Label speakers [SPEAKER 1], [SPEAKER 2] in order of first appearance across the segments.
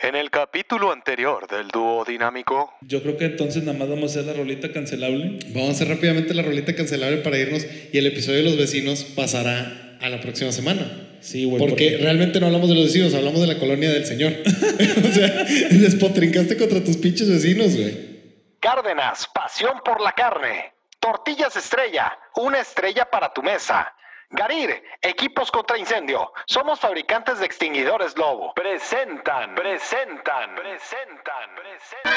[SPEAKER 1] En el capítulo anterior del dúo dinámico,
[SPEAKER 2] Yo creo que entonces nada más vamos a hacer la rolita cancelable.
[SPEAKER 3] Vamos a hacer rápidamente la rolita cancelable para irnos y el episodio de los vecinos pasará a la próxima semana.
[SPEAKER 2] Sí, güey.
[SPEAKER 3] Porque realmente no hablamos de los vecinos, hablamos de la colonia del señor. o sea, despotrincaste contra tus pinches vecinos, güey.
[SPEAKER 1] Cárdenas, pasión por la carne. Tortillas estrella, una estrella para tu mesa. Garir, equipos contra incendio. Somos fabricantes de extinguidores lobo. Presentan, presentan, presentan, presentan.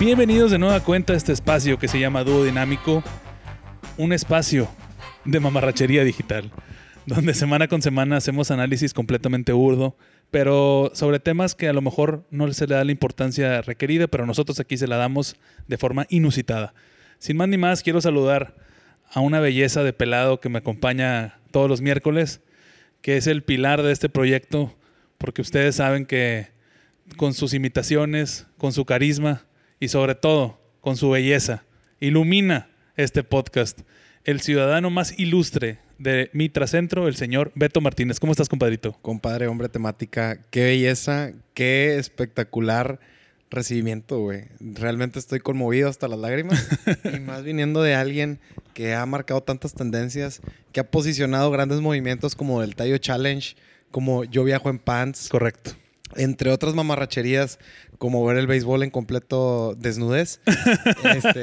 [SPEAKER 2] Bienvenidos de nueva cuenta a este espacio que se llama Dúo Dinámico. Un espacio de mamarrachería digital. Donde semana con semana hacemos análisis completamente burdo, pero sobre temas que a lo mejor no se le da la importancia requerida, pero nosotros aquí se la damos de forma inusitada. Sin más ni más, quiero saludar a una belleza de pelado que me acompaña todos los miércoles, que es el pilar de este proyecto, porque ustedes saben que con sus imitaciones, con su carisma y sobre todo con su belleza, ilumina este podcast. El ciudadano más ilustre de Mitra Centro, el señor Beto Martínez. ¿Cómo estás, compadrito?
[SPEAKER 3] Compadre, hombre, temática, qué belleza, qué espectacular recibimiento, güey. Realmente estoy conmovido hasta las lágrimas. y más viniendo de alguien que ha marcado tantas tendencias, que ha posicionado grandes movimientos como el Tallo Challenge, como Yo Viajo en Pants,
[SPEAKER 2] Correcto.
[SPEAKER 3] entre otras mamarracherías como ver el béisbol en completo desnudez. Este,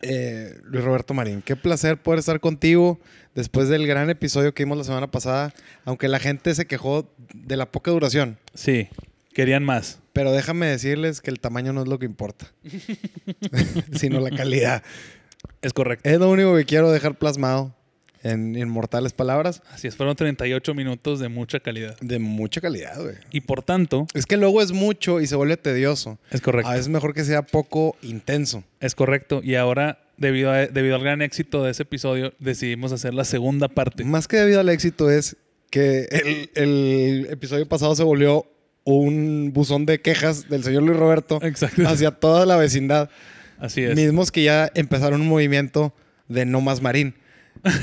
[SPEAKER 3] eh, Luis Roberto Marín, qué placer poder estar contigo después del gran episodio que vimos la semana pasada, aunque la gente se quejó de la poca duración.
[SPEAKER 2] Sí, querían más.
[SPEAKER 3] Pero déjame decirles que el tamaño no es lo que importa, sino la calidad.
[SPEAKER 2] Es correcto.
[SPEAKER 3] Es lo único que quiero dejar plasmado en inmortales palabras
[SPEAKER 2] Así es, fueron 38 minutos de mucha calidad.
[SPEAKER 3] de mucha calidad, güey.
[SPEAKER 2] Y por tanto,
[SPEAKER 3] Es que luego es mucho y se vuelve tedioso.
[SPEAKER 2] es correcto.
[SPEAKER 3] A veces mejor que sea poco intenso.
[SPEAKER 2] Es correcto. Y ahora, debido, a- debido al gran éxito de ese episodio, decidimos hacer la segunda parte.
[SPEAKER 3] Más que debido al éxito es que el, el episodio pasado se volvió un buzón de quejas del señor Luis Roberto
[SPEAKER 2] Exacto.
[SPEAKER 3] hacia toda la vecindad.
[SPEAKER 2] Así es.
[SPEAKER 3] Mismos que ya empezaron un movimiento de no más marín.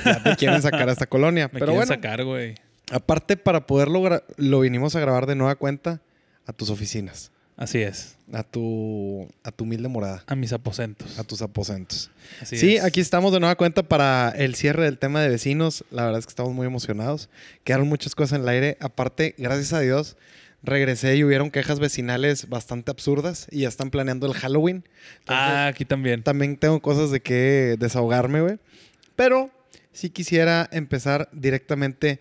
[SPEAKER 3] Ya te quieren sacar a esta colonia.
[SPEAKER 2] Me
[SPEAKER 3] Pero bueno,
[SPEAKER 2] quieren sacar, güey.
[SPEAKER 3] aparte para poderlo gra- lo vinimos a grabar de nueva cuenta a tus oficinas,
[SPEAKER 2] Así es.
[SPEAKER 3] a tu, a tu humilde morada,
[SPEAKER 2] A mis aposentos.
[SPEAKER 3] a tus aposentos.
[SPEAKER 2] Así
[SPEAKER 3] Sí,
[SPEAKER 2] es.
[SPEAKER 3] aquí estamos de nueva cuenta para el cierre del tema de vecinos. La verdad es que estamos muy emocionados. Quedaron muchas cosas en el aire. Aparte, gracias a Dios, regresé y hubieron quejas vecinales bastante absurdas y ya están planeando el Halloween. Entonces,
[SPEAKER 2] Ah, aquí también.
[SPEAKER 3] También tengo cosas de que desahogarme, güey. Pero sí quisiera empezar directamente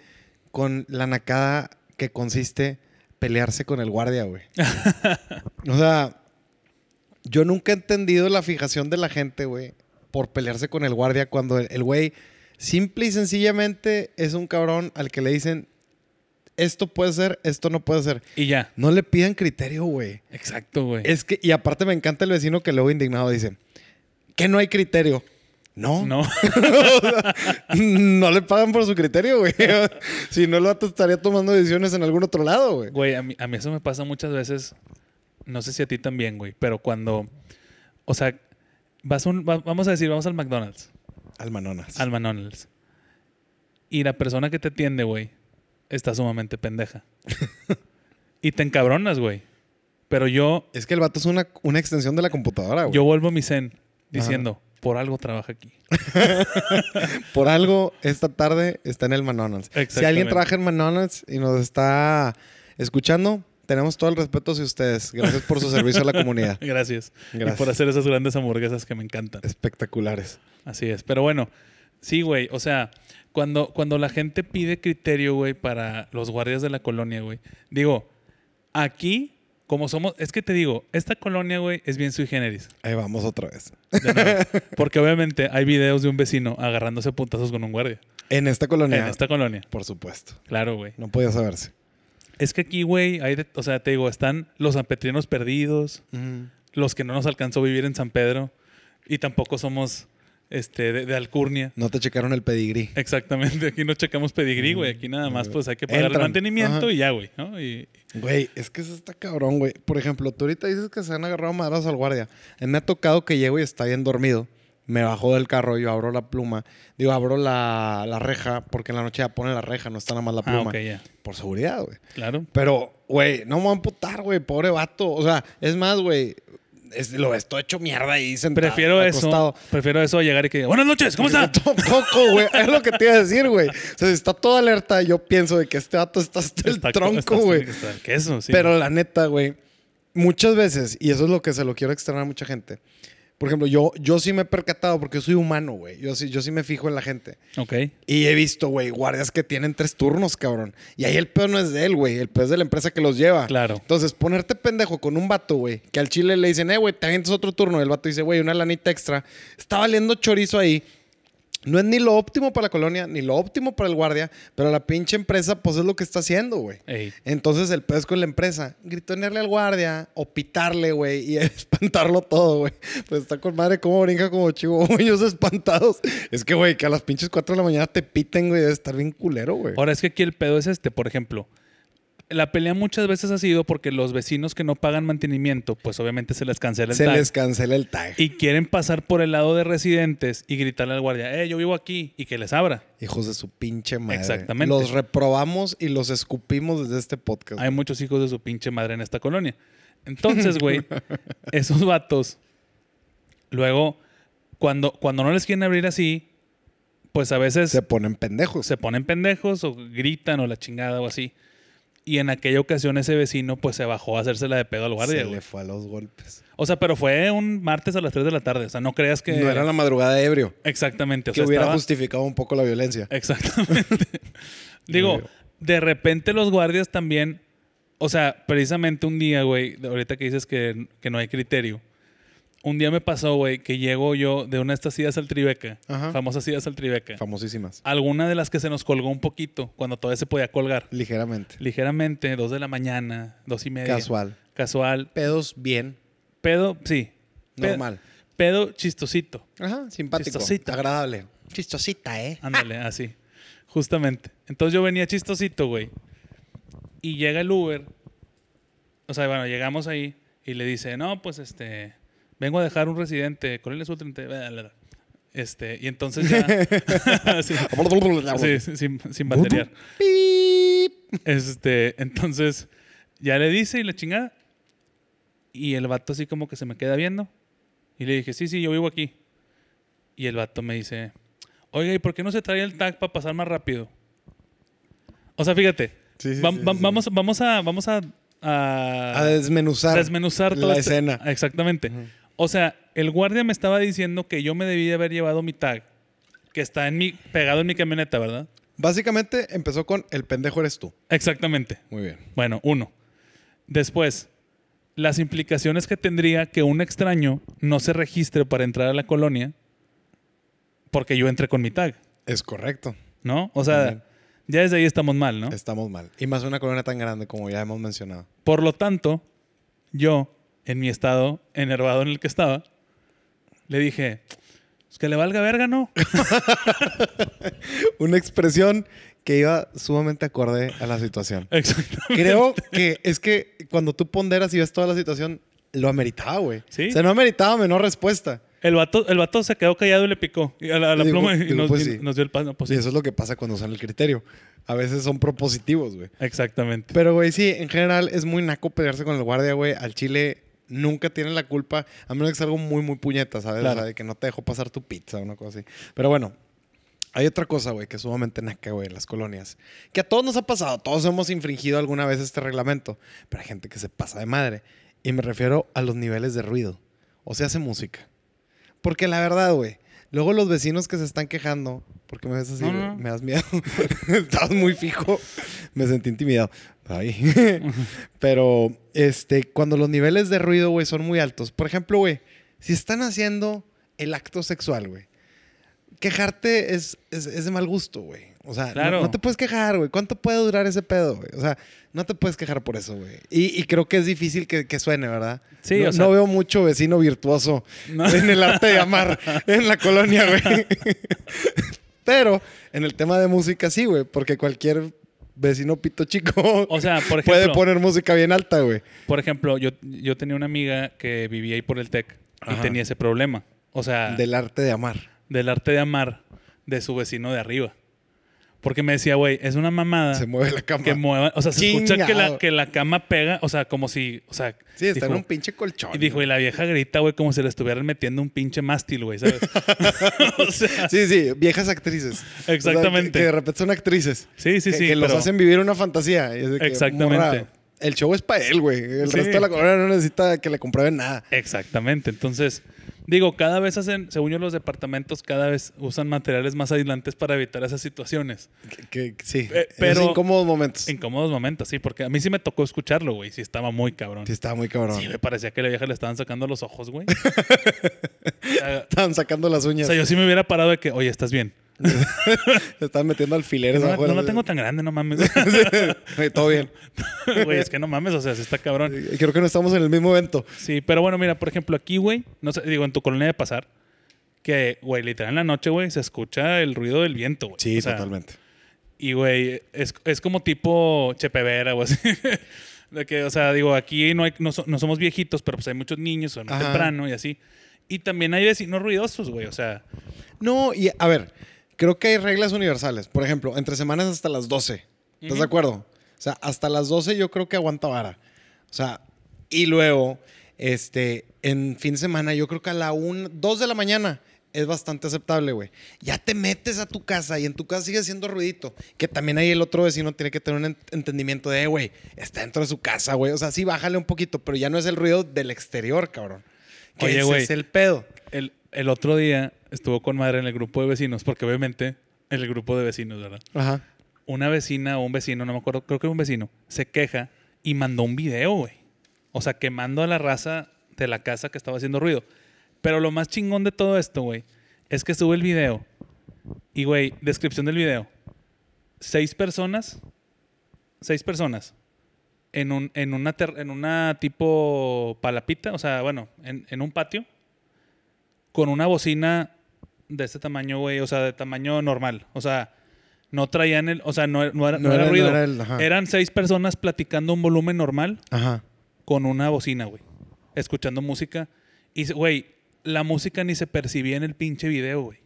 [SPEAKER 3] con la nacada que consiste pelearse con el guardia, güey. o sea, yo nunca he entendido la fijación de la gente, güey, por pelearse con el guardia cuando el- el güey simple y sencillamente es un cabrón al que le dicen esto puede ser, esto no puede ser.
[SPEAKER 2] Y ya.
[SPEAKER 3] No le pidan criterio, güey.
[SPEAKER 2] Exacto, güey.
[SPEAKER 3] Es que, y aparte me encanta el vecino que luego indignado dice, que no hay criterio. No, no,
[SPEAKER 2] No.
[SPEAKER 3] le pagan por su criterio, güey. si no, lo estaría tomando decisiones en algún otro lado, güey.
[SPEAKER 2] Güey, a mí, a mí eso me pasa muchas veces. No sé si a ti también, güey. Pero cuando. O sea, vas a un- va- vamos a decir, vamos al McDonald's.
[SPEAKER 3] Almanonas.
[SPEAKER 2] Al McDonald's. Y la persona que te atiende, güey, está sumamente pendeja. y te encabronas, güey. Pero yo,
[SPEAKER 3] es que el vato es una, una extensión de la computadora, Ah, güey.
[SPEAKER 2] yo vuelvo a mi zen diciendo, por algo trabaja aquí.
[SPEAKER 3] Por algo, esta tarde está en el McDonald's. Si alguien
[SPEAKER 2] Exactamente.
[SPEAKER 3] trabaja en McDonald's y nos está escuchando, tenemos todo el respeto hacia ustedes. Gracias por su servicio a la comunidad.
[SPEAKER 2] Gracias. Y
[SPEAKER 3] Gracias.
[SPEAKER 2] por hacer esas grandes hamburguesas que me encantan.
[SPEAKER 3] Espectaculares.
[SPEAKER 2] Así es. Pero bueno, sí, güey. O sea, cuando, cuando la gente pide criterio, güey, para los guardias de la colonia, güey. Digo, aquí, como somos, es que te digo, esta colonia, güey, es bien sui generis.
[SPEAKER 3] Ahí vamos otra vez.
[SPEAKER 2] de nuevo. porque obviamente hay videos de un vecino agarrándose a putazos con un guardia.
[SPEAKER 3] En esta colonia.
[SPEAKER 2] En esta colonia.
[SPEAKER 3] Por supuesto.
[SPEAKER 2] Claro, güey.
[SPEAKER 3] No podía saberse.
[SPEAKER 2] Es que aquí, güey, hay, de- o sea, te digo, están los sanpetrinos perdidos, los que no nos alcanzó vivir en San Pedro y tampoco somos este, de, de alcurnia.
[SPEAKER 3] No te checaron el pedigrí.
[SPEAKER 2] Exactamente, aquí no checamos pedigrí, güey. Aquí nada más, pues hay que pagar el
[SPEAKER 3] Entran.
[SPEAKER 2] mantenimiento
[SPEAKER 3] Ajá.
[SPEAKER 2] y ya, güey. ¿no? Y-
[SPEAKER 3] Güey, es que eso está cabrón, güey. Por ejemplo, tú ahorita dices que se han agarrado madrazos al guardia. A mí Me ha tocado que llego y está bien dormido. me bajo del carro, yo abro la pluma, digo, abro la, la reja, porque en la noche ya pone la reja, no está nada más la pluma.
[SPEAKER 2] Ah, ok, ya.
[SPEAKER 3] Por seguridad, güey.
[SPEAKER 2] Claro.
[SPEAKER 3] Pero, güey, no me voy a amputar, güey, pobre vato. O sea, es más, güey, es- lo ves todo hecho mierda ahí sentado.
[SPEAKER 2] Prefiero eso.
[SPEAKER 3] acostado.
[SPEAKER 2] Prefiero eso a llegar y que. Buenas noches, ¿cómo está?
[SPEAKER 3] Todo coco, güey. Es lo que te iba a decir, güey. O sea, si está todo alerta, yo pienso de que este vato está hasta el
[SPEAKER 2] Está- está-
[SPEAKER 3] tronco,
[SPEAKER 2] está-
[SPEAKER 3] güey.
[SPEAKER 2] está el Queso, sí.
[SPEAKER 3] Pero la neta, güey, muchas veces, y eso es lo que se lo quiero externar a mucha gente. Por ejemplo, yo, yo sí me he percatado porque yo soy humano, güey. Yo sí, yo sí me fijo en la gente.
[SPEAKER 2] Ok.
[SPEAKER 3] Y he visto, güey, guardias que tienen tres turnos, cabrón. Y ahí el pedo no es de él, güey. El pedo es de la empresa que los lleva.
[SPEAKER 2] Claro.
[SPEAKER 3] Entonces, ponerte pendejo con un vato, güey, que al chile le dicen, eh, güey, te avientas otro turno. El vato dice, güey, una lanita extra. Está valiendo chorizo ahí. No es ni lo óptimo para la colonia, ni lo óptimo para el guardia, pero la pinche empresa, pues es lo que está haciendo, güey.
[SPEAKER 2] Ey.
[SPEAKER 3] Entonces el pedo es con la empresa. Gritonearle al guardia o pitarle, güey, y espantarlo todo, güey. Pues está con madre cómo brinca como chivo, güey, ellos espantados. Es que, güey, que a las pinches 4 de la mañana te piten, güey, debe estar bien culero, güey.
[SPEAKER 2] Ahora es que aquí el pedo es este, por ejemplo. La pelea muchas veces ha sido porque los vecinos que no pagan mantenimiento, pues obviamente se les cancela el
[SPEAKER 3] Se
[SPEAKER 2] tag.
[SPEAKER 3] les cancela el tag.
[SPEAKER 2] Y quieren pasar por el lado de residentes y gritarle al guardia, eh, yo vivo aquí, y que les abra.
[SPEAKER 3] Hijos de su pinche madre.
[SPEAKER 2] Exactamente.
[SPEAKER 3] Los reprobamos y los escupimos desde este podcast.
[SPEAKER 2] Hay muchos hijos de su pinche madre en esta colonia. Entonces, güey, esos vatos, luego, cuando, cuando no les quieren abrir así, pues a veces
[SPEAKER 3] se ponen pendejos.
[SPEAKER 2] se ponen pendejos o gritan o la chingada o así. Y en aquella ocasión ese vecino pues se bajó a hacérsela de pedo al guardia.
[SPEAKER 3] Se
[SPEAKER 2] güey.
[SPEAKER 3] le fue a los golpes.
[SPEAKER 2] O sea, pero fue un martes a las 3 de la tarde. O sea, no creas que...
[SPEAKER 3] No era la madrugada ebrio.
[SPEAKER 2] Exactamente. O
[SPEAKER 3] Que
[SPEAKER 2] sea,
[SPEAKER 3] hubiera
[SPEAKER 2] estaba-
[SPEAKER 3] justificado un poco la violencia.
[SPEAKER 2] Exactamente.
[SPEAKER 3] Eh.
[SPEAKER 2] Digo, de repente los guardias también, o sea, precisamente un día, güey, de- ahorita que dices que, que no hay criterio, un día me pasó, güey, que llego yo de una de estas sillas al Tribeca,
[SPEAKER 3] Ajá.
[SPEAKER 2] famosas sillas al Tribeca,
[SPEAKER 3] Famosísimas.
[SPEAKER 2] alguna de las que se nos colgó un poquito, cuando todavía se podía colgar,
[SPEAKER 3] Ligeramente.
[SPEAKER 2] ligeramente, dos de la mañana, dos y media.
[SPEAKER 3] Casual.
[SPEAKER 2] Casual.
[SPEAKER 3] Pedos bien.
[SPEAKER 2] Pedo, sí. Pe-
[SPEAKER 3] Normal.
[SPEAKER 2] Pedo chistosito.
[SPEAKER 3] Ajá, simpático.
[SPEAKER 2] Chistosita.
[SPEAKER 3] Agradable. Chistosita, ¿eh?
[SPEAKER 2] Ándale, así. Justamente. Entonces yo venía chistosito, güey. Y llega el Uber. O sea, bueno, llegamos ahí y le dice, no, pues este, vengo a dejar un residente, con él es otro... Este, y entonces ya... sí, sí, sí, sin, sin batería.
[SPEAKER 3] Pip.
[SPEAKER 2] Este, entonces ya le dice y la chingada. Y el vato así como que se me queda viendo. Y le dije, sí, sí, yo vivo aquí. Y el vato me dice, oiga, ¿y por qué no se trae el tag para pasar más rápido? O sea, fíjate,
[SPEAKER 3] Sí, sí,
[SPEAKER 2] va-
[SPEAKER 3] sí,
[SPEAKER 2] va-
[SPEAKER 3] sí.
[SPEAKER 2] vamos, vamos a, vamos a, a
[SPEAKER 3] A desmenuzar.
[SPEAKER 2] desmenuzar este- toda
[SPEAKER 3] la
[SPEAKER 2] esta-
[SPEAKER 3] escena.
[SPEAKER 2] Exactamente. O sea, el guardia me estaba diciendo que yo me debía de haber llevado mi tag, que está en mi, pegado en mi camioneta, ¿verdad?
[SPEAKER 3] Básicamente empezó con el pendejo eres tú.
[SPEAKER 2] Exactamente.
[SPEAKER 3] Muy bien.
[SPEAKER 2] Bueno, uno. Después, las implicaciones que tendría que un extraño no se registre para entrar a la colonia porque yo entré con mi tag,
[SPEAKER 3] Es correcto.
[SPEAKER 2] ¿no? O sea,
[SPEAKER 3] También.
[SPEAKER 2] ya desde ahí estamos mal, ¿no?
[SPEAKER 3] Estamos mal. Y más una corona tan grande como ya hemos mencionado.
[SPEAKER 2] Por lo tanto, yo, en mi estado enervado en el que estaba, le dije, "Pues que le valga verga, ¿no?
[SPEAKER 3] Una expresión que iba sumamente acorde a la situación.
[SPEAKER 2] Exacto.
[SPEAKER 3] Creo que es que cuando tú ponderas y ves toda la situación, lo ameritaba, güey.
[SPEAKER 2] Sí.
[SPEAKER 3] O sea, no ameritaba menor respuesta.
[SPEAKER 2] El vato, el vato se quedó callado y le picó y a la, a la
[SPEAKER 3] Y digo,
[SPEAKER 2] pluma y,
[SPEAKER 3] digo,
[SPEAKER 2] nos,
[SPEAKER 3] pues
[SPEAKER 2] y
[SPEAKER 3] sí.
[SPEAKER 2] nos dio el paso. Pues
[SPEAKER 3] Y
[SPEAKER 2] sí.
[SPEAKER 3] eso es lo que pasa cuando usan el criterio. A veces son propositivos, güey.
[SPEAKER 2] Exactamente.
[SPEAKER 3] Pero, güey, sí, en general es muy naco pelearse con el guardia, güey. Al chile nunca tienen la culpa, a menos que sea algo muy, muy puñeta, ¿sabes?
[SPEAKER 2] Claro.
[SPEAKER 3] O sea, de que no te dejó pasar tu pizza o una cosa así. Pero bueno, hay otra cosa, güey, que es sumamente naca, güey, en las colonias. Que a todos nos ha pasado, todos hemos infringido alguna vez este reglamento. Pero hay gente que se pasa de madre. Y me refiero a los niveles de ruido. O sea, hace música. Porque la verdad, güey. Luego los vecinos que se están quejando, porque me ves así,
[SPEAKER 2] No,
[SPEAKER 3] güey?
[SPEAKER 2] no.
[SPEAKER 3] me das miedo. Estabas muy fijo. Me sentí intimidado. Ay. Pero, este, cuando los niveles de ruido, güey, son muy altos. Por ejemplo, güey, si están haciendo el acto sexual, güey. Quejarte es, es, es de mal gusto, güey. O sea, no-
[SPEAKER 2] Claro.
[SPEAKER 3] no, te puedes quejar, güey. ¿Cuánto puede durar ese pedo, güey? O sea, no te puedes quejar por eso, güey. Y, y creo que es difícil que, que suene, ¿verdad?
[SPEAKER 2] Sí,
[SPEAKER 3] no,
[SPEAKER 2] o sea-
[SPEAKER 3] no veo mucho vecino virtuoso
[SPEAKER 2] No.
[SPEAKER 3] en el arte de amar en la colonia, güey. Pero en el tema de música sí, güey, porque cualquier vecino pito chico
[SPEAKER 2] O sea, por ejemplo...
[SPEAKER 3] puede poner música bien alta, güey.
[SPEAKER 2] Por ejemplo, yo, yo tenía una amiga que vivía ahí por el TEC y
[SPEAKER 3] Ajá.
[SPEAKER 2] tenía ese problema. O sea,
[SPEAKER 3] Del arte de amar.
[SPEAKER 2] del arte de amar de su vecino de arriba. Porque me decía, güey, es una mamada
[SPEAKER 3] Se mueve la cama.
[SPEAKER 2] Ah. que mueva. O sea, se escucha que la,
[SPEAKER 3] Chingado.
[SPEAKER 2] que la cama pega. O sea, como si. O sea,
[SPEAKER 3] sí, está en
[SPEAKER 2] dijo-
[SPEAKER 3] un pinche colchón.
[SPEAKER 2] Y dijo, y la vieja grita, güey, como si le estuvieran metiendo un pinche mástil, güey, ¿sabes? o sea,
[SPEAKER 3] Sí, sí, viejas actrices. O sea,
[SPEAKER 2] Exactamente.
[SPEAKER 3] que, que de repente son actrices.
[SPEAKER 2] sí, sí,
[SPEAKER 3] que,
[SPEAKER 2] sí.
[SPEAKER 3] que los
[SPEAKER 2] pero-
[SPEAKER 3] hacen vivir una fantasía. Y es de que,
[SPEAKER 2] Exactamente.
[SPEAKER 3] morra, el show es para él, güey. El
[SPEAKER 2] Sí.
[SPEAKER 3] resto de la colonia no necesita que le comprueben nada.
[SPEAKER 2] Exactamente. Entonces, digo, cada vez hacen, según yo, los departamentos cada vez usan materiales más aislantes para evitar esas situaciones.
[SPEAKER 3] Que, que- sí,
[SPEAKER 2] Pe-
[SPEAKER 3] pero,
[SPEAKER 2] Eh, pero-
[SPEAKER 3] incómodos momentos.
[SPEAKER 2] Incómodos momentos, sí, porque a mí sí me tocó escucharlo, güey. Sí, estaba muy cabrón.
[SPEAKER 3] Sí,
[SPEAKER 2] Sí,
[SPEAKER 3] estaba muy cabrón.
[SPEAKER 2] me parecía que a la vieja le estaban sacando los ojos, güey. O sea,
[SPEAKER 3] Estaban sacando las
[SPEAKER 2] o
[SPEAKER 3] uñas.
[SPEAKER 2] sea, yo sí me hubiera parado de que, oye, ¿estás bien?
[SPEAKER 3] Le Estaban metiendo alfileres
[SPEAKER 2] No, la-
[SPEAKER 3] abajo de
[SPEAKER 2] no la tengo tan grande, no mames.
[SPEAKER 3] Oye, Todo bien.
[SPEAKER 2] Güey, es que no mames, o sea, sí está cabrón.
[SPEAKER 3] Eh, Creo que no estamos en el mismo evento.
[SPEAKER 2] Sí, pero bueno, mira, por ejemplo, aquí, güey, no sé, digo, en tu colonia de pasar, que, güey, literal en la noche, güey, se escucha el ruido del viento, güey.
[SPEAKER 3] Sí,
[SPEAKER 2] O sea,
[SPEAKER 3] totalmente.
[SPEAKER 2] Y, güey, es, es como tipo Chepevera o así. De que, o sea, digo, aquí no, hay, no, so- no somos viejitos, pero pues hay muchos niños, son
[SPEAKER 3] Ajá.
[SPEAKER 2] temprano y así. Y también hay vecinos ruidosos, güey, o sea,
[SPEAKER 3] No, y a ver, creo que hay reglas universales. Por ejemplo, entre semanas hasta las 12. ¿Estás de acuerdo? O sea, hasta las 12 yo creo que aguanta vara. O sea, y luego, este, en fin de semana, yo creo que a la 1, 2 de la mañana es bastante aceptable, güey. Ya te metes a tu casa y en tu casa sigue haciendo ruidito. Que también ahí el otro vecino tiene que tener un ent- entendimiento de, "Eh, güey, está dentro de su casa, güey. O sea, sí, bájale un poquito, pero ya no es el ruido del exterior, cabrón. Que
[SPEAKER 2] Oye,
[SPEAKER 3] ese
[SPEAKER 2] güey.
[SPEAKER 3] es el pedo.
[SPEAKER 2] el, el otro día estuvo con madre en el grupo de vecinos, porque obviamente el grupo de vecinos, ¿verdad?
[SPEAKER 3] Ajá.
[SPEAKER 2] una vecina o un vecino, no me acuerdo, creo que era un vecino, se queja y mandó un video, güey. O sea, quemando a la raza de la casa que estaba haciendo ruido. Pero lo más chingón de todo esto, güey, es que sube el video. Y, güey, descripción del video. Seis personas, seis personas, en, un, en, una, ter- en una tipo palapita, o sea, bueno, en, en un patio, con una bocina de este tamaño, güey, o sea, de tamaño normal. O sea, no traían el, o sea, no, no era, no era ruido.
[SPEAKER 3] era el- ajá.
[SPEAKER 2] Eran seis personas platicando un volumen normal
[SPEAKER 3] Ajá.
[SPEAKER 2] con una bocina, güey. Escuchando música. Y, se- güey, la música ni se percibía en el pinche video, güey.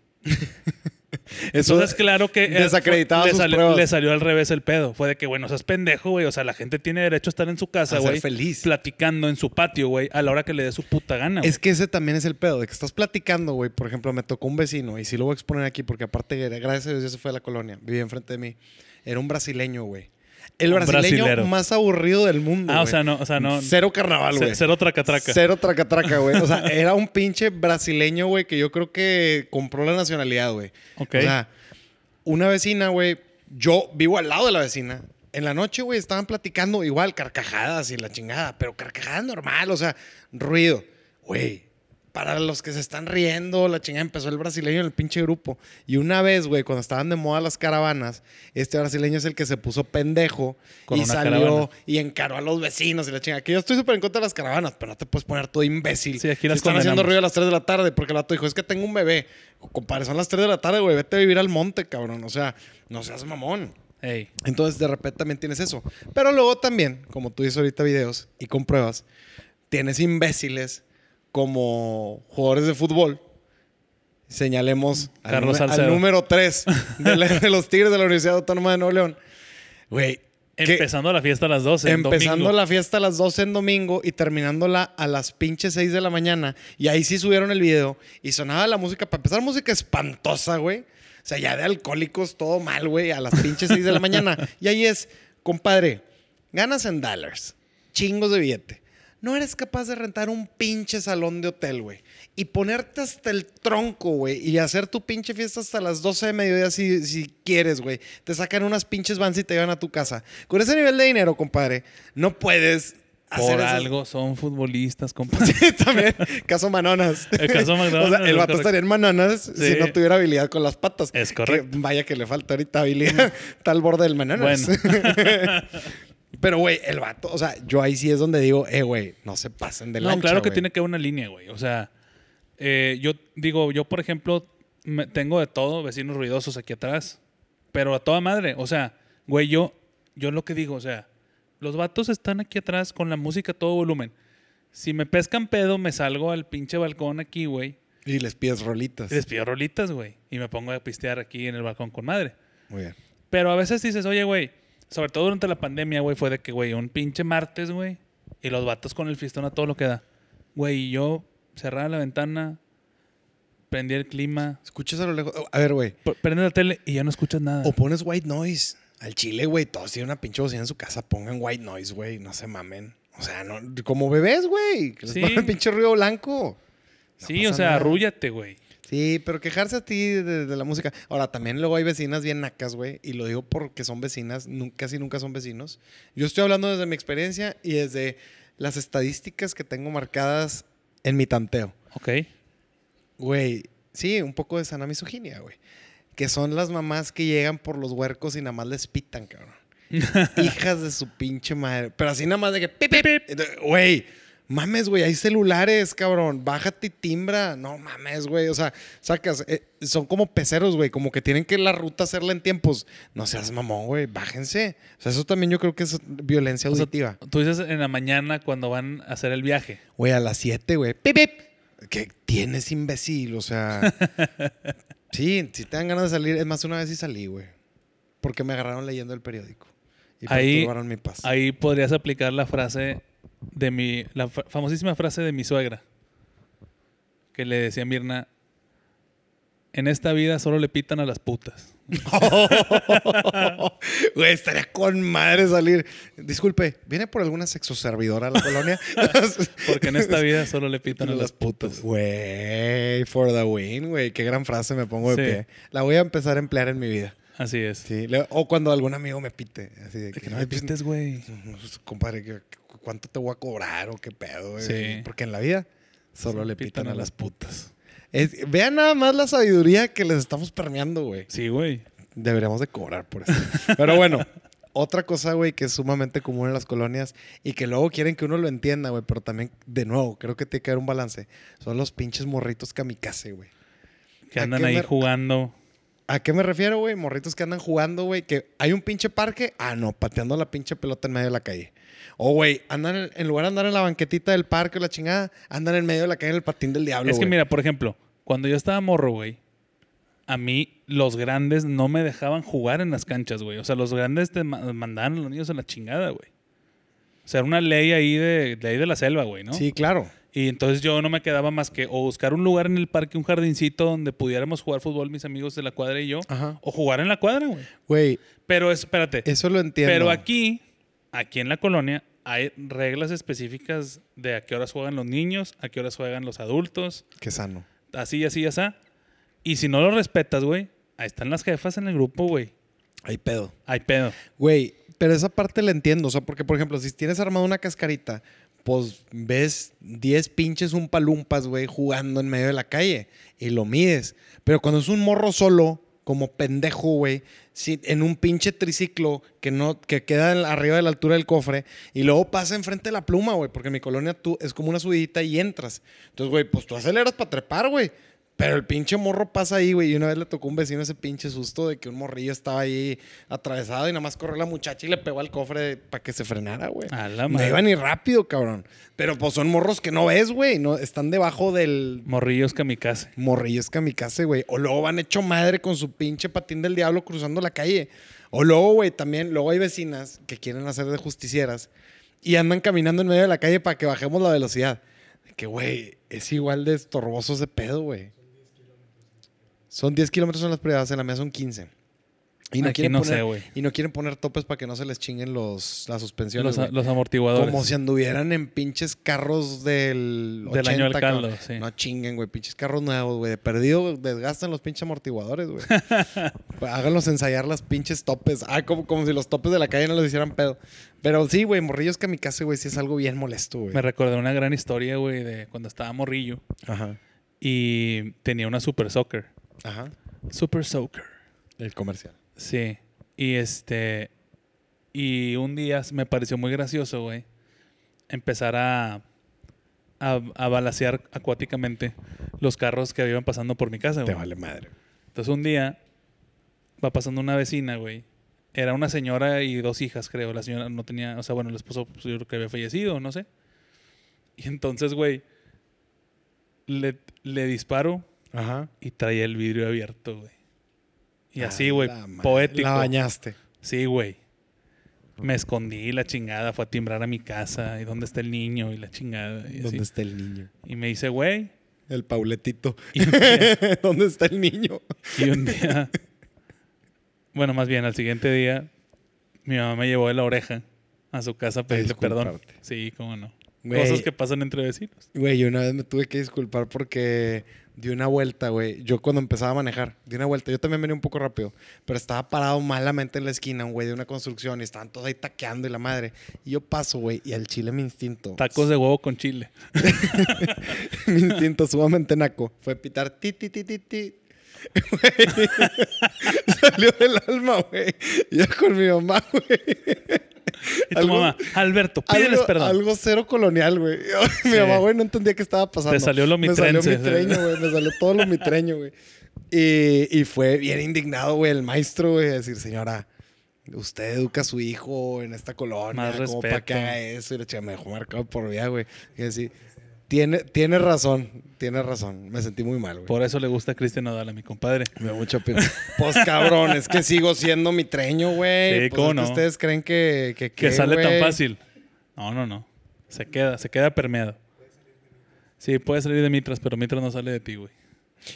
[SPEAKER 3] Eso
[SPEAKER 2] Entonces, claro que... era-
[SPEAKER 3] desacreditaba
[SPEAKER 2] fue- le,
[SPEAKER 3] sus
[SPEAKER 2] salió,
[SPEAKER 3] pruebas.
[SPEAKER 2] le salió al revés el pedo. Fue de que, bueno, seas pendejo, güey. O sea, la gente tiene derecho a estar en su casa,
[SPEAKER 3] A ser
[SPEAKER 2] güey.
[SPEAKER 3] feliz.
[SPEAKER 2] Platicando en su patio, güey. A la hora que le dé su puta gana, güey.
[SPEAKER 3] Es que ese también es el pedo, de que estás platicando, güey. Por ejemplo, me tocó un vecino, y sí lo voy a exponer aquí, porque aparte, gracias a Dios, ya se fue de la colonia, vivía enfrente de mí. Era un brasileño, güey. El
[SPEAKER 2] Un
[SPEAKER 3] brasileño
[SPEAKER 2] brasilero.
[SPEAKER 3] más aburrido del mundo.
[SPEAKER 2] Ah, o
[SPEAKER 3] güey.
[SPEAKER 2] sea, no, o sea, no.
[SPEAKER 3] Cero carnaval,
[SPEAKER 2] Ce-
[SPEAKER 3] güey.
[SPEAKER 2] Cero tracatraca.
[SPEAKER 3] Cero tracatraca, güey. O sea, era un pinche brasileño, güey, que yo creo que compró la nacionalidad, güey.
[SPEAKER 2] Ok.
[SPEAKER 3] O sea, una vecina, güey, yo vivo al lado de la vecina. En la noche, güey, estaban platicando igual carcajadas y la chingada, pero carcajadas normal, o sea, ruido. Güey, para los que se están riendo, la chingada empezó el brasileño en el pinche grupo. Y una vez, güey, cuando estaban de moda las caravanas, este brasileño es el que se puso pendejo
[SPEAKER 2] Con
[SPEAKER 3] y
[SPEAKER 2] una
[SPEAKER 3] salió
[SPEAKER 2] caravana.
[SPEAKER 3] y encaró a los vecinos y la chingada. Que yo estoy súper en contra de las caravanas, pero no te puedes poner todo imbécil.
[SPEAKER 2] Sí, aquí las
[SPEAKER 3] Si están haciendo
[SPEAKER 2] condenamos.
[SPEAKER 3] ruido a las 3 de la tarde porque el vato dijo, es que tengo un bebé. Compadre, son las 3 de la tarde, güey, vete a vivir al monte, cabrón. O sea, no seas mamón.
[SPEAKER 2] Ey.
[SPEAKER 3] Entonces, de repente también tienes eso. Pero luego también, como tú dices ahorita videos y compruebas, tienes imbéciles como jugadores de fútbol. Señalemos al
[SPEAKER 2] Carlos
[SPEAKER 3] nume- al,
[SPEAKER 2] Salcedo.
[SPEAKER 3] número 3 de, la- de los Tigres de la Universidad Autónoma de Nuevo León. Güey, que-
[SPEAKER 2] Empezando la fiesta a las 12. en
[SPEAKER 3] Empezando
[SPEAKER 2] domingo.
[SPEAKER 3] la fiesta a las 12 en domingo y terminándola a las pinches 6 de la mañana. Y ahí sí subieron el video y sonaba la música. Para empezar, música espantosa, güey. O sea, ya de alcohólicos, todo mal, güey, a las pinches 6 de la mañana. Y ahí es, compadre, ganas en dólares, chingos de billete. No eres capaz de rentar un pinche salón de hotel, güey. Y ponerte hasta el tronco, güey. Y hacer tu pinche fiesta hasta las 12 de mediodía si, si quieres, güey. Te sacan unas pinches vans y te llevan a tu casa. Con ese nivel de dinero, compadre, no puedes hacer
[SPEAKER 2] Por
[SPEAKER 3] esas-
[SPEAKER 2] algo son futbolistas, compadre.
[SPEAKER 3] Sí, también. Caso Manonas.
[SPEAKER 2] El caso McDonald's,
[SPEAKER 3] O sea, el
[SPEAKER 2] es
[SPEAKER 3] vato
[SPEAKER 2] correcto.
[SPEAKER 3] estaría en Manonas si
[SPEAKER 2] Sí.
[SPEAKER 3] no tuviera habilidad con las patas.
[SPEAKER 2] Es
[SPEAKER 3] Que
[SPEAKER 2] correcto.
[SPEAKER 3] vaya que le falta ahorita habilidad. Tal borde del Manonas. Pero, güey, el vato, o sea, yo ahí sí es donde digo, eh, güey, no se pasen de
[SPEAKER 2] no,
[SPEAKER 3] lancha,
[SPEAKER 2] claro que
[SPEAKER 3] güey.
[SPEAKER 2] tiene que haber una línea, güey. O sea, eh, yo digo, yo por ejemplo, me- tengo de todo, vecinos ruidosos aquí atrás, pero a toda madre. O sea, güey, yo, yo lo que digo, o sea, los vatos están aquí atrás con la música a todo volumen. Si me pescan pedo, me salgo al pinche balcón aquí, güey.
[SPEAKER 3] Y les pides rolitas.
[SPEAKER 2] Y les pido rolitas, güey. Y me pongo a pistear aquí en el balcón con madre.
[SPEAKER 3] Muy bien.
[SPEAKER 2] Pero a veces dices, oye, güey, sobre todo durante la pandemia, güey, fue de que, güey, un pinche martes, güey, y los vatos con el fistón a todo lo que da. Güey, y yo cerraba la ventana, prendía el clima,
[SPEAKER 3] Escuchas a lo lejos. A ver, güey.
[SPEAKER 2] p- prendía la tele y ya no escuchas nada.
[SPEAKER 3] O pones white noise. Al chile, güey, todos tienen una pinche bocina en su casa. Pongan white noise, güey. No se mamen. O sea, no, como bebés, güey. Que les
[SPEAKER 2] Sí.
[SPEAKER 3] ponen pinche ruido blanco. No
[SPEAKER 2] sí, o
[SPEAKER 3] pasa
[SPEAKER 2] sea,
[SPEAKER 3] nada.
[SPEAKER 2] arrúllate, güey.
[SPEAKER 3] Sí, pero quejarse a ti de, de la música. Ahora, también luego hay vecinas bien nacas, güey. Y lo digo porque son vecinas, nun- casi nunca son vecinos. Yo estoy hablando desde mi experiencia y desde las estadísticas que tengo marcadas en mi tanteo.
[SPEAKER 2] Ok.
[SPEAKER 3] Güey, sí, un poco de sana misoginia, güey. Que son las mamás que llegan por los huercos y nada más les pitan, cabrón. Hijas de su pinche madre. Pero así nada más de que... pip, pip. Entonces, Güey, mames, güey, hay celulares, cabrón. Bájate y timbra. No mames, güey. O sea, sacas... eh, son como peceros, güey. Como que tienen que la ruta hacerla en tiempos. No seas mamón, güey. Bájense. O sea, eso también yo creo que es violencia
[SPEAKER 2] O sea,
[SPEAKER 3] auditiva.
[SPEAKER 2] Tú dices en la mañana cuando van a hacer el viaje.
[SPEAKER 3] Güey, a las 7, güey. ¡Pip, pip! ¿Qué tienes, imbécil? O sea. sí, si te dan ganas de salir. Es más, una vez sí salí, güey. Porque me agarraron leyendo el periódico. Y
[SPEAKER 2] Ahí-
[SPEAKER 3] perturbaron mi paz.
[SPEAKER 2] Ahí podrías aplicar la frase de mi, la fa- famosísima frase de mi suegra, que le decía a Mirna, en esta vida solo le pitan a las putas.
[SPEAKER 3] Güey, estaría con madre salir. Disculpe, ¿viene por alguna sexoservidora a la colonia?
[SPEAKER 2] Porque en esta vida solo le pitan a
[SPEAKER 3] Pero
[SPEAKER 2] las
[SPEAKER 3] las
[SPEAKER 2] putas.
[SPEAKER 3] putas. Pues, Güey, for the win, güey. Qué gran frase me pongo de
[SPEAKER 2] Sí.
[SPEAKER 3] pie. La voy a empezar a emplear en mi vida.
[SPEAKER 2] Así es.
[SPEAKER 3] Sí, le- o cuando algún amigo me pite. Así de
[SPEAKER 2] De
[SPEAKER 3] que,
[SPEAKER 2] que no
[SPEAKER 3] "Ay,
[SPEAKER 2] me
[SPEAKER 3] pues,
[SPEAKER 2] pistes, güey.
[SPEAKER 3] Pues, compadre, ¿qué- cu- ¿cuánto te voy a cobrar o qué pedo? güey?
[SPEAKER 2] Sí.
[SPEAKER 3] Porque en la vida solo le pitan, a las putas. Es- vean nada más la sabiduría que les estamos permeando, güey.
[SPEAKER 2] Sí, güey.
[SPEAKER 3] Deberíamos de cobrar por eso. Pero bueno, otra cosa, güey, que es sumamente común en las colonias y que luego quieren que uno lo entienda, güey, pero también, de nuevo, creo que tiene que haber un balance. Son los pinches morritos kamikaze, güey.
[SPEAKER 2] Que
[SPEAKER 3] ¿A
[SPEAKER 2] andan
[SPEAKER 3] qué
[SPEAKER 2] ahí
[SPEAKER 3] me-
[SPEAKER 2] jugando.
[SPEAKER 3] ¿A qué me refiero, güey? Morritos que andan jugando, güey, que hay un pinche parque, ah, no, pateando la pinche pelota en medio de la calle. O, güey, andan en- en lugar de andar en la banquetita del parque o la chingada, andan en medio de la calle en el patín del diablo.
[SPEAKER 2] es que
[SPEAKER 3] güey.
[SPEAKER 2] mira, por ejemplo, cuando yo estaba morro, güey, a mí los grandes no me dejaban jugar en las canchas, güey. O sea, los grandes te ma- mandaban a los niños a la chingada, güey. O sea, era una ley ahí de ley de la selva, güey, ¿no?
[SPEAKER 3] Sí, claro.
[SPEAKER 2] Y entonces yo no me quedaba más que o buscar un lugar en el parque, un jardincito donde pudiéramos jugar fútbol mis amigos de la cuadra y yo,
[SPEAKER 3] Ajá.
[SPEAKER 2] o jugar en la cuadra, güey.
[SPEAKER 3] Güey,
[SPEAKER 2] Pero espérate,
[SPEAKER 3] eso lo entiendo.
[SPEAKER 2] Pero aquí, aquí en la colonia, hay reglas específicas de a qué horas juegan los niños, a qué horas juegan los adultos,
[SPEAKER 3] Qué sano.
[SPEAKER 2] así, así, así. Y si no lo respetas, güey, ahí están las jefas en el grupo, güey.
[SPEAKER 3] Hay pedo.
[SPEAKER 2] Hay pedo.
[SPEAKER 3] Güey, pero esa parte la entiendo. O sea, porque, por ejemplo, si tienes armado una cascarita, pues ves 10 pinches umpalumpas, güey, jugando en medio de la calle y lo mides. Pero cuando es un morro solo, como pendejo, güey, si- en un pinche triciclo que, no, que queda en- arriba de la altura del cofre y luego pasa enfrente de la pluma, güey, porque en mi colonia tú es como una subidita y entras. Entonces, güey, pues tú aceleras para trepar, güey. Pero el pinche morro pasa ahí, güey. Y una vez le tocó a un vecino ese pinche susto de que un morrillo estaba ahí atravesado y nada más corrió la muchacha y le pegó al cofre para que se frenara, güey.
[SPEAKER 2] A la
[SPEAKER 3] No
[SPEAKER 2] madre.
[SPEAKER 3] iba ni rápido, cabrón. Pero pues son morros que no ves, güey. No, están debajo del
[SPEAKER 2] Morrillos kamikaze.
[SPEAKER 3] morrillos kamikaze, güey. O luego van hecho madre con su pinche patín del diablo cruzando la calle. O luego, güey, también, luego hay vecinas que quieren hacer de justicieras y andan caminando en medio de la calle para que bajemos la velocidad. De Que, güey, es igual de estorboso ese pedo, güey. Son 10 kilómetros en las privadas, en la mía son 15. Y no,
[SPEAKER 2] Aquí
[SPEAKER 3] quieren
[SPEAKER 2] no
[SPEAKER 3] poner,
[SPEAKER 2] sé, güey.
[SPEAKER 3] y no quieren poner topes para que no se les chinguen los, las suspensiones.
[SPEAKER 2] Los,
[SPEAKER 3] güey.
[SPEAKER 2] los amortiguadores.
[SPEAKER 3] Como si anduvieran en pinches carros del
[SPEAKER 2] Del
[SPEAKER 3] 80,
[SPEAKER 2] año del
[SPEAKER 3] cabrón.
[SPEAKER 2] caldo, sí.
[SPEAKER 3] No chinguen, güey. Pinches carros nuevos, güey. De perdido desgastan los pinches amortiguadores, güey. Pues Háganlos ensayar las pinches topes. Ah, como, como si los topes de la calle no los hicieran pedo. Pero sí, güey, morrillos kamikaze, güey, sí es algo bien molesto, güey.
[SPEAKER 2] Me recordé una gran historia, güey, de cuando estaba morrillo
[SPEAKER 3] Ajá.
[SPEAKER 2] y tenía una super soccer.
[SPEAKER 3] Ajá.
[SPEAKER 2] Super soccer.
[SPEAKER 3] El comercial.
[SPEAKER 2] Sí. Y este. Y un día me pareció muy gracioso, güey. Empezar a. A, a balacear acuáticamente los carros que iban pasando por mi casa,
[SPEAKER 3] Te
[SPEAKER 2] güey.
[SPEAKER 3] vale madre.
[SPEAKER 2] Entonces un día va pasando una vecina, güey. Era una señora y dos hijas, creo. La señora no tenía, o sea, bueno, el esposo pues, yo creo que había fallecido, no sé. Y entonces, güey, le, le disparo
[SPEAKER 3] Ajá.
[SPEAKER 2] y traía el vidrio abierto, güey. Y
[SPEAKER 3] Ah,
[SPEAKER 2] así, güey,
[SPEAKER 3] la madre.
[SPEAKER 2] poético.
[SPEAKER 3] La bañaste.
[SPEAKER 2] Sí, güey. Me escondí, la chingada, fue a timbrar a mi casa, y dónde está el niño, y la chingada. Y, así.
[SPEAKER 3] ¿Dónde está el niño?
[SPEAKER 2] Y me dice, güey.
[SPEAKER 3] El Pauletito.
[SPEAKER 2] Y un día-
[SPEAKER 3] ¿Dónde está el niño?
[SPEAKER 2] y un día bueno, más bien, al siguiente día, mi mamá me llevó de la oreja a su casa a pedirle perdón.
[SPEAKER 3] disculparte.
[SPEAKER 2] Sí, cómo no.
[SPEAKER 3] Güey.
[SPEAKER 2] Cosas que pasan entre vecinos.
[SPEAKER 3] Güey, yo una vez me tuve que disculpar porque di una vuelta, güey. Yo cuando empezaba a manejar, di una vuelta. Yo también venía un poco rápido, pero estaba parado malamente en la esquina, un güey de una construcción y estaban todos ahí taqueando y la madre. Y yo paso, güey, y al chile mi instinto.
[SPEAKER 2] Tacos de huevo con chile.
[SPEAKER 3] mi instinto sumamente naco fue pitar ti, ti, ti, ti, ti. Güey, Salió del alma, güey. Yo con mi mamá, güey.
[SPEAKER 2] Y tu
[SPEAKER 3] Algo-
[SPEAKER 2] mamá, Alberto, pídeles
[SPEAKER 3] algo,
[SPEAKER 2] perdón.
[SPEAKER 3] algo cero colonial, güey. Mi mamá, güey, no entendía qué estaba pasando.
[SPEAKER 2] Te salió lo
[SPEAKER 3] Me
[SPEAKER 2] mitrense.
[SPEAKER 3] salió mitreño, güey. Me salió todo lo mitreño, güey. Y, y fue bien indignado, güey, el maestro, güey, a decir, señora, usted educa a su hijo en esta colonia.
[SPEAKER 2] Más
[SPEAKER 3] ¿Cómo para que
[SPEAKER 2] respeto.
[SPEAKER 3] haga eso? Y la chica me dejó marcado por vida, güey. Y así, tiene, tiene razón, tiene razón. Me sentí muy mal, güey.
[SPEAKER 2] Por eso le gusta a Cristian Nodal a mi compadre.
[SPEAKER 3] Me da mucha pena. Pues cabrón, es que sigo siendo mitreño, güey.
[SPEAKER 2] Sí,
[SPEAKER 3] Pues, es
[SPEAKER 2] ¿cómo
[SPEAKER 3] que
[SPEAKER 2] no?
[SPEAKER 3] ustedes creen que... Que,
[SPEAKER 2] Que
[SPEAKER 3] qué,
[SPEAKER 2] sale tan
[SPEAKER 3] güey?
[SPEAKER 2] fácil. No, no, no. Se queda, se queda permeado. Sí, puede salir de Mitras, pero Mitras no sale de ti, güey.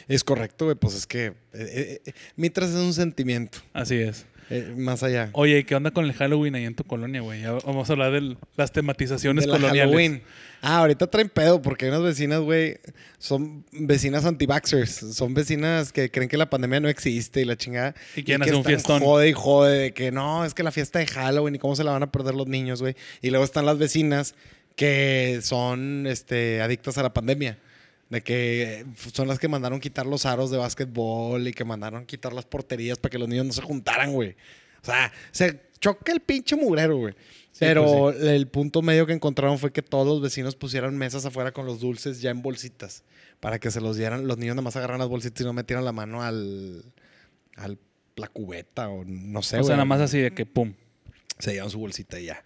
[SPEAKER 3] Es correcto, güey. Pues es que eh, eh, eh, Mitras es un sentimiento
[SPEAKER 2] Así es.
[SPEAKER 3] eh, más allá.
[SPEAKER 2] Oye, ¿y qué onda con el Halloween ahí en tu colonia, güey? Ya vamos a hablar de las tematizaciones
[SPEAKER 3] De la
[SPEAKER 2] coloniales.
[SPEAKER 3] Halloween. Ah, ahorita traen pedo porque hay unas vecinas, güey, son vecinas anti-vaxxers. Son vecinas que creen que la pandemia no existe y la chingada.
[SPEAKER 2] Y quieren
[SPEAKER 3] que
[SPEAKER 2] hacer un
[SPEAKER 3] están
[SPEAKER 2] fiestón.
[SPEAKER 3] Jode y jode de que no, es que la fiesta de Halloween y cómo se la van a perder los niños, güey. Y luego están las vecinas que son este, adictas a la pandemia. De que eh, son las que mandaron quitar los aros de básquetbol y que mandaron quitar las porterías para que los niños no se juntaran, güey. O sea, se choca el pinche mugrero, güey. Pero
[SPEAKER 2] pues
[SPEAKER 3] el punto medio que encontraron fue que todos los vecinos pusieran mesas afuera con los dulces ya en bolsitas para que se los dieran. Los niños nada más agarran las bolsitas y no metieran la mano al, al la cubeta o no sé.
[SPEAKER 2] O sea,
[SPEAKER 3] güey.
[SPEAKER 2] nada más así de que pum.
[SPEAKER 3] Se llevan su bolsita y ya.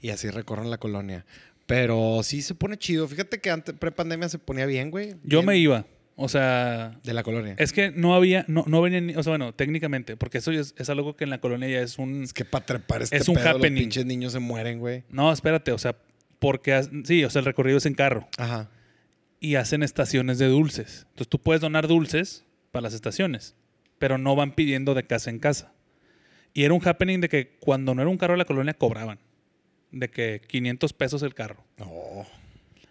[SPEAKER 3] Y así recorren la colonia. Pero sí se pone chido. Fíjate que antes, pre-pandemia, se ponía bien, güey.
[SPEAKER 2] Yo
[SPEAKER 3] Bien.
[SPEAKER 2] me iba. O sea,
[SPEAKER 3] De la colonia. Es,
[SPEAKER 2] es que no había, no, no venían, ni- o sea, bueno, técnicamente, porque eso ya es, es algo que en la colonia ya es un.
[SPEAKER 3] que para trepar este
[SPEAKER 2] Es un
[SPEAKER 3] pedo,
[SPEAKER 2] happening.
[SPEAKER 3] los pinches niños se mueren, güey.
[SPEAKER 2] No, espérate, o sea, porque has- sí, o sea, el recorrido es en carro
[SPEAKER 3] Ajá.
[SPEAKER 2] y hacen estaciones de dulces. Entonces tú puedes donar dulces para las estaciones, pero no van pidiendo de casa en casa. Y era un happening de que cuando no era un carro de la colonia cobraban, de que 500 pesos el carro.
[SPEAKER 3] No.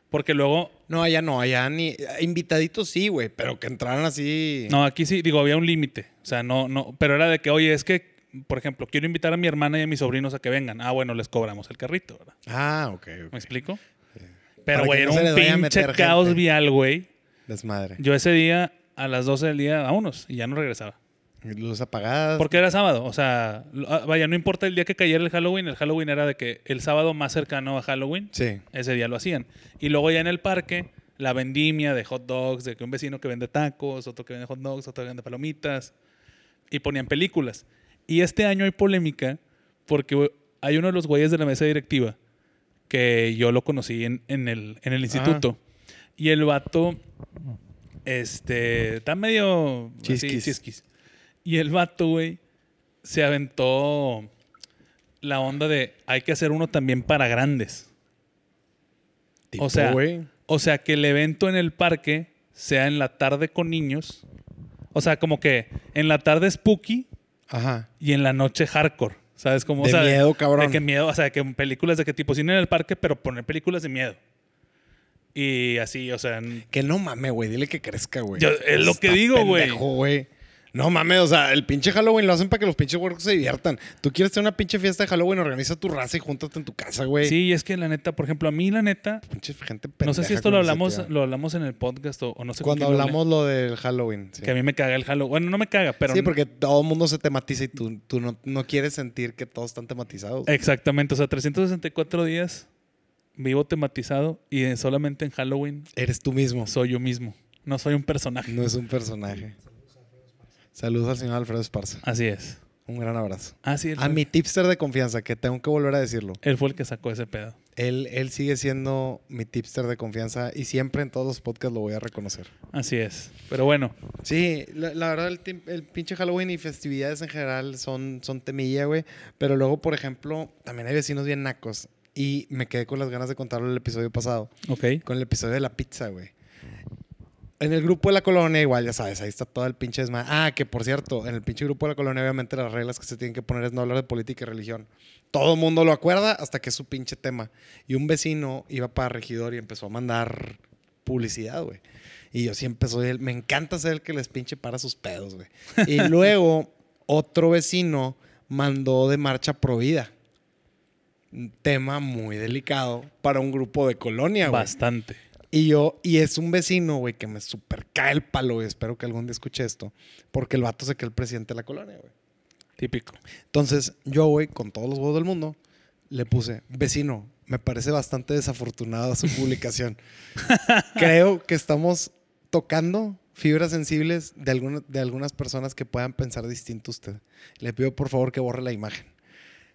[SPEAKER 2] Porque luego
[SPEAKER 3] No, allá no, allá ni. Invitaditos sí, güey, pero que entraran así.
[SPEAKER 2] No, aquí sí, digo, había un límite. O sea, no, no, pero era de que, oye, es que, por ejemplo, quiero invitar a mi hermana y a mis sobrinos a que vengan. Ah, bueno, les cobramos el carrito, ¿verdad?
[SPEAKER 3] Ah, ok, ok.
[SPEAKER 2] ¿Me explico?
[SPEAKER 3] Para
[SPEAKER 2] Pero,
[SPEAKER 3] que
[SPEAKER 2] güey,
[SPEAKER 3] no
[SPEAKER 2] era
[SPEAKER 3] se les
[SPEAKER 2] un
[SPEAKER 3] vaya a
[SPEAKER 2] pinche
[SPEAKER 3] meter
[SPEAKER 2] caos
[SPEAKER 3] gente.
[SPEAKER 2] vial, güey.
[SPEAKER 3] Desmadre.
[SPEAKER 2] Yo ese día, a las 12 del día, vámonos, y ya no regresaba.
[SPEAKER 3] Luz apagada.
[SPEAKER 2] Porque era sábado, o sea, lo- ah, vaya, no importa el día que cayera el Halloween, el Halloween era de que el sábado más cercano a Halloween,
[SPEAKER 3] Sí.
[SPEAKER 2] ese día lo hacían. Y luego ya en el parque, la vendimia de hot dogs, de que un vecino que vende tacos, otro que vende hot dogs, otro que vende palomitas. Y ponían películas. Y este año hay polémica porque güey, hay uno de los güeyes de la mesa directiva que yo lo conocí en, en el, en el instituto. Y el vato, este, está medio así,
[SPEAKER 3] Chisquis.
[SPEAKER 2] chisquis. Y el vato, güey, se aventó la onda de hay que hacer uno también para grandes.
[SPEAKER 3] Tipo,
[SPEAKER 2] o sea,
[SPEAKER 3] güey.
[SPEAKER 2] O sea, que el evento en el parque sea en la tarde con niños. O sea, como que en la tarde spooky
[SPEAKER 3] Ajá.
[SPEAKER 2] y en la noche hardcore. ¿Sabes cómo? O
[SPEAKER 3] De
[SPEAKER 2] sea,
[SPEAKER 3] miedo, cabrón.
[SPEAKER 2] De que miedo, o sea, de que películas de qué tipo cine en el parque, pero poner películas de miedo. Y así, o sea, n-
[SPEAKER 3] Que no mames, güey. Dile que crezca, güey.
[SPEAKER 2] Yo- es lo que
[SPEAKER 3] Está
[SPEAKER 2] digo, güey.
[SPEAKER 3] pendejo, güey. No mames, o sea, el pinche Halloween lo hacen para que los pinches huercos se diviertan. Tú quieres tener una pinche fiesta de Halloween, organiza tu raza y júntate en tu casa, güey.
[SPEAKER 2] sí, y es que la neta, por ejemplo, a mí la neta,
[SPEAKER 3] Pinche gente
[SPEAKER 2] no sé si
[SPEAKER 3] pendeja
[SPEAKER 2] esto lo
[SPEAKER 3] con
[SPEAKER 2] hablamos,
[SPEAKER 3] iniciativa.
[SPEAKER 2] lo hablamos en el podcast o, o no sé con
[SPEAKER 3] Cuando
[SPEAKER 2] quién lo
[SPEAKER 3] hablamos lo del Halloween. Sí,
[SPEAKER 2] hablé, que a mí me caga el Halloween. Bueno, no me caga, pero
[SPEAKER 3] Sí, porque todo el mundo se tematiza y tú, tú no, no quieres sentir que todos están tematizados.
[SPEAKER 2] Eh. exactamente, o sea, 364 días vivo tematizado y eh, solamente en Halloween
[SPEAKER 3] Eres tú mismo.
[SPEAKER 2] soy yo mismo. No soy un personaje.
[SPEAKER 3] No es un personaje. Saludos al señor Alfredo Esparza.
[SPEAKER 2] Así es.
[SPEAKER 3] un gran abrazo.
[SPEAKER 2] Ah, sí, él,
[SPEAKER 3] A
[SPEAKER 2] fue-
[SPEAKER 3] mi tipster de confianza, que tengo que volver a decirlo.
[SPEAKER 2] él fue el que sacó ese pedo.
[SPEAKER 3] Él, él sigue siendo mi tipster de confianza y siempre en todos los podcasts lo voy a reconocer.
[SPEAKER 2] Así es. Pero bueno,
[SPEAKER 3] Sí, la, la verdad, el, tim- el pinche Halloween y festividades en general son, son temilla, güey. Pero luego, por ejemplo, también hay vecinos bien nacos. Y me quedé con las ganas de contarlo el episodio pasado,
[SPEAKER 2] ok.
[SPEAKER 3] con el episodio de la pizza, güey. En el grupo de la colonia, igual, ya sabes, ahí está todo el pinche desmadre. Ah, que por cierto, en el pinche grupo de la colonia, obviamente, las reglas que se tienen que poner es no hablar de política y religión. Todo el mundo lo acuerda hasta que es su pinche tema. Y un vecino iba para regidor y empezó a mandar publicidad, güey. Y yo siempre soy el. Me encanta ser el que les pinche para sus pedos, güey. Y luego otro vecino mandó de marcha provida. Un tema muy delicado para un grupo de colonia, güey.
[SPEAKER 2] Bastante.
[SPEAKER 3] Y yo, y es un vecino, güey, que me super cae el palo, güey. Espero que algún día escuche esto. Porque el vato se cree el presidente de la colonia, güey.
[SPEAKER 2] Típico.
[SPEAKER 3] Entonces, yo, güey, con todos los huevos del mundo, le puse, vecino, me parece bastante desafortunada su publicación. Creo que estamos tocando fibras sensibles de, alguna- de algunas personas que puedan pensar distinto a usted. Le pido, por favor, que borre la imagen.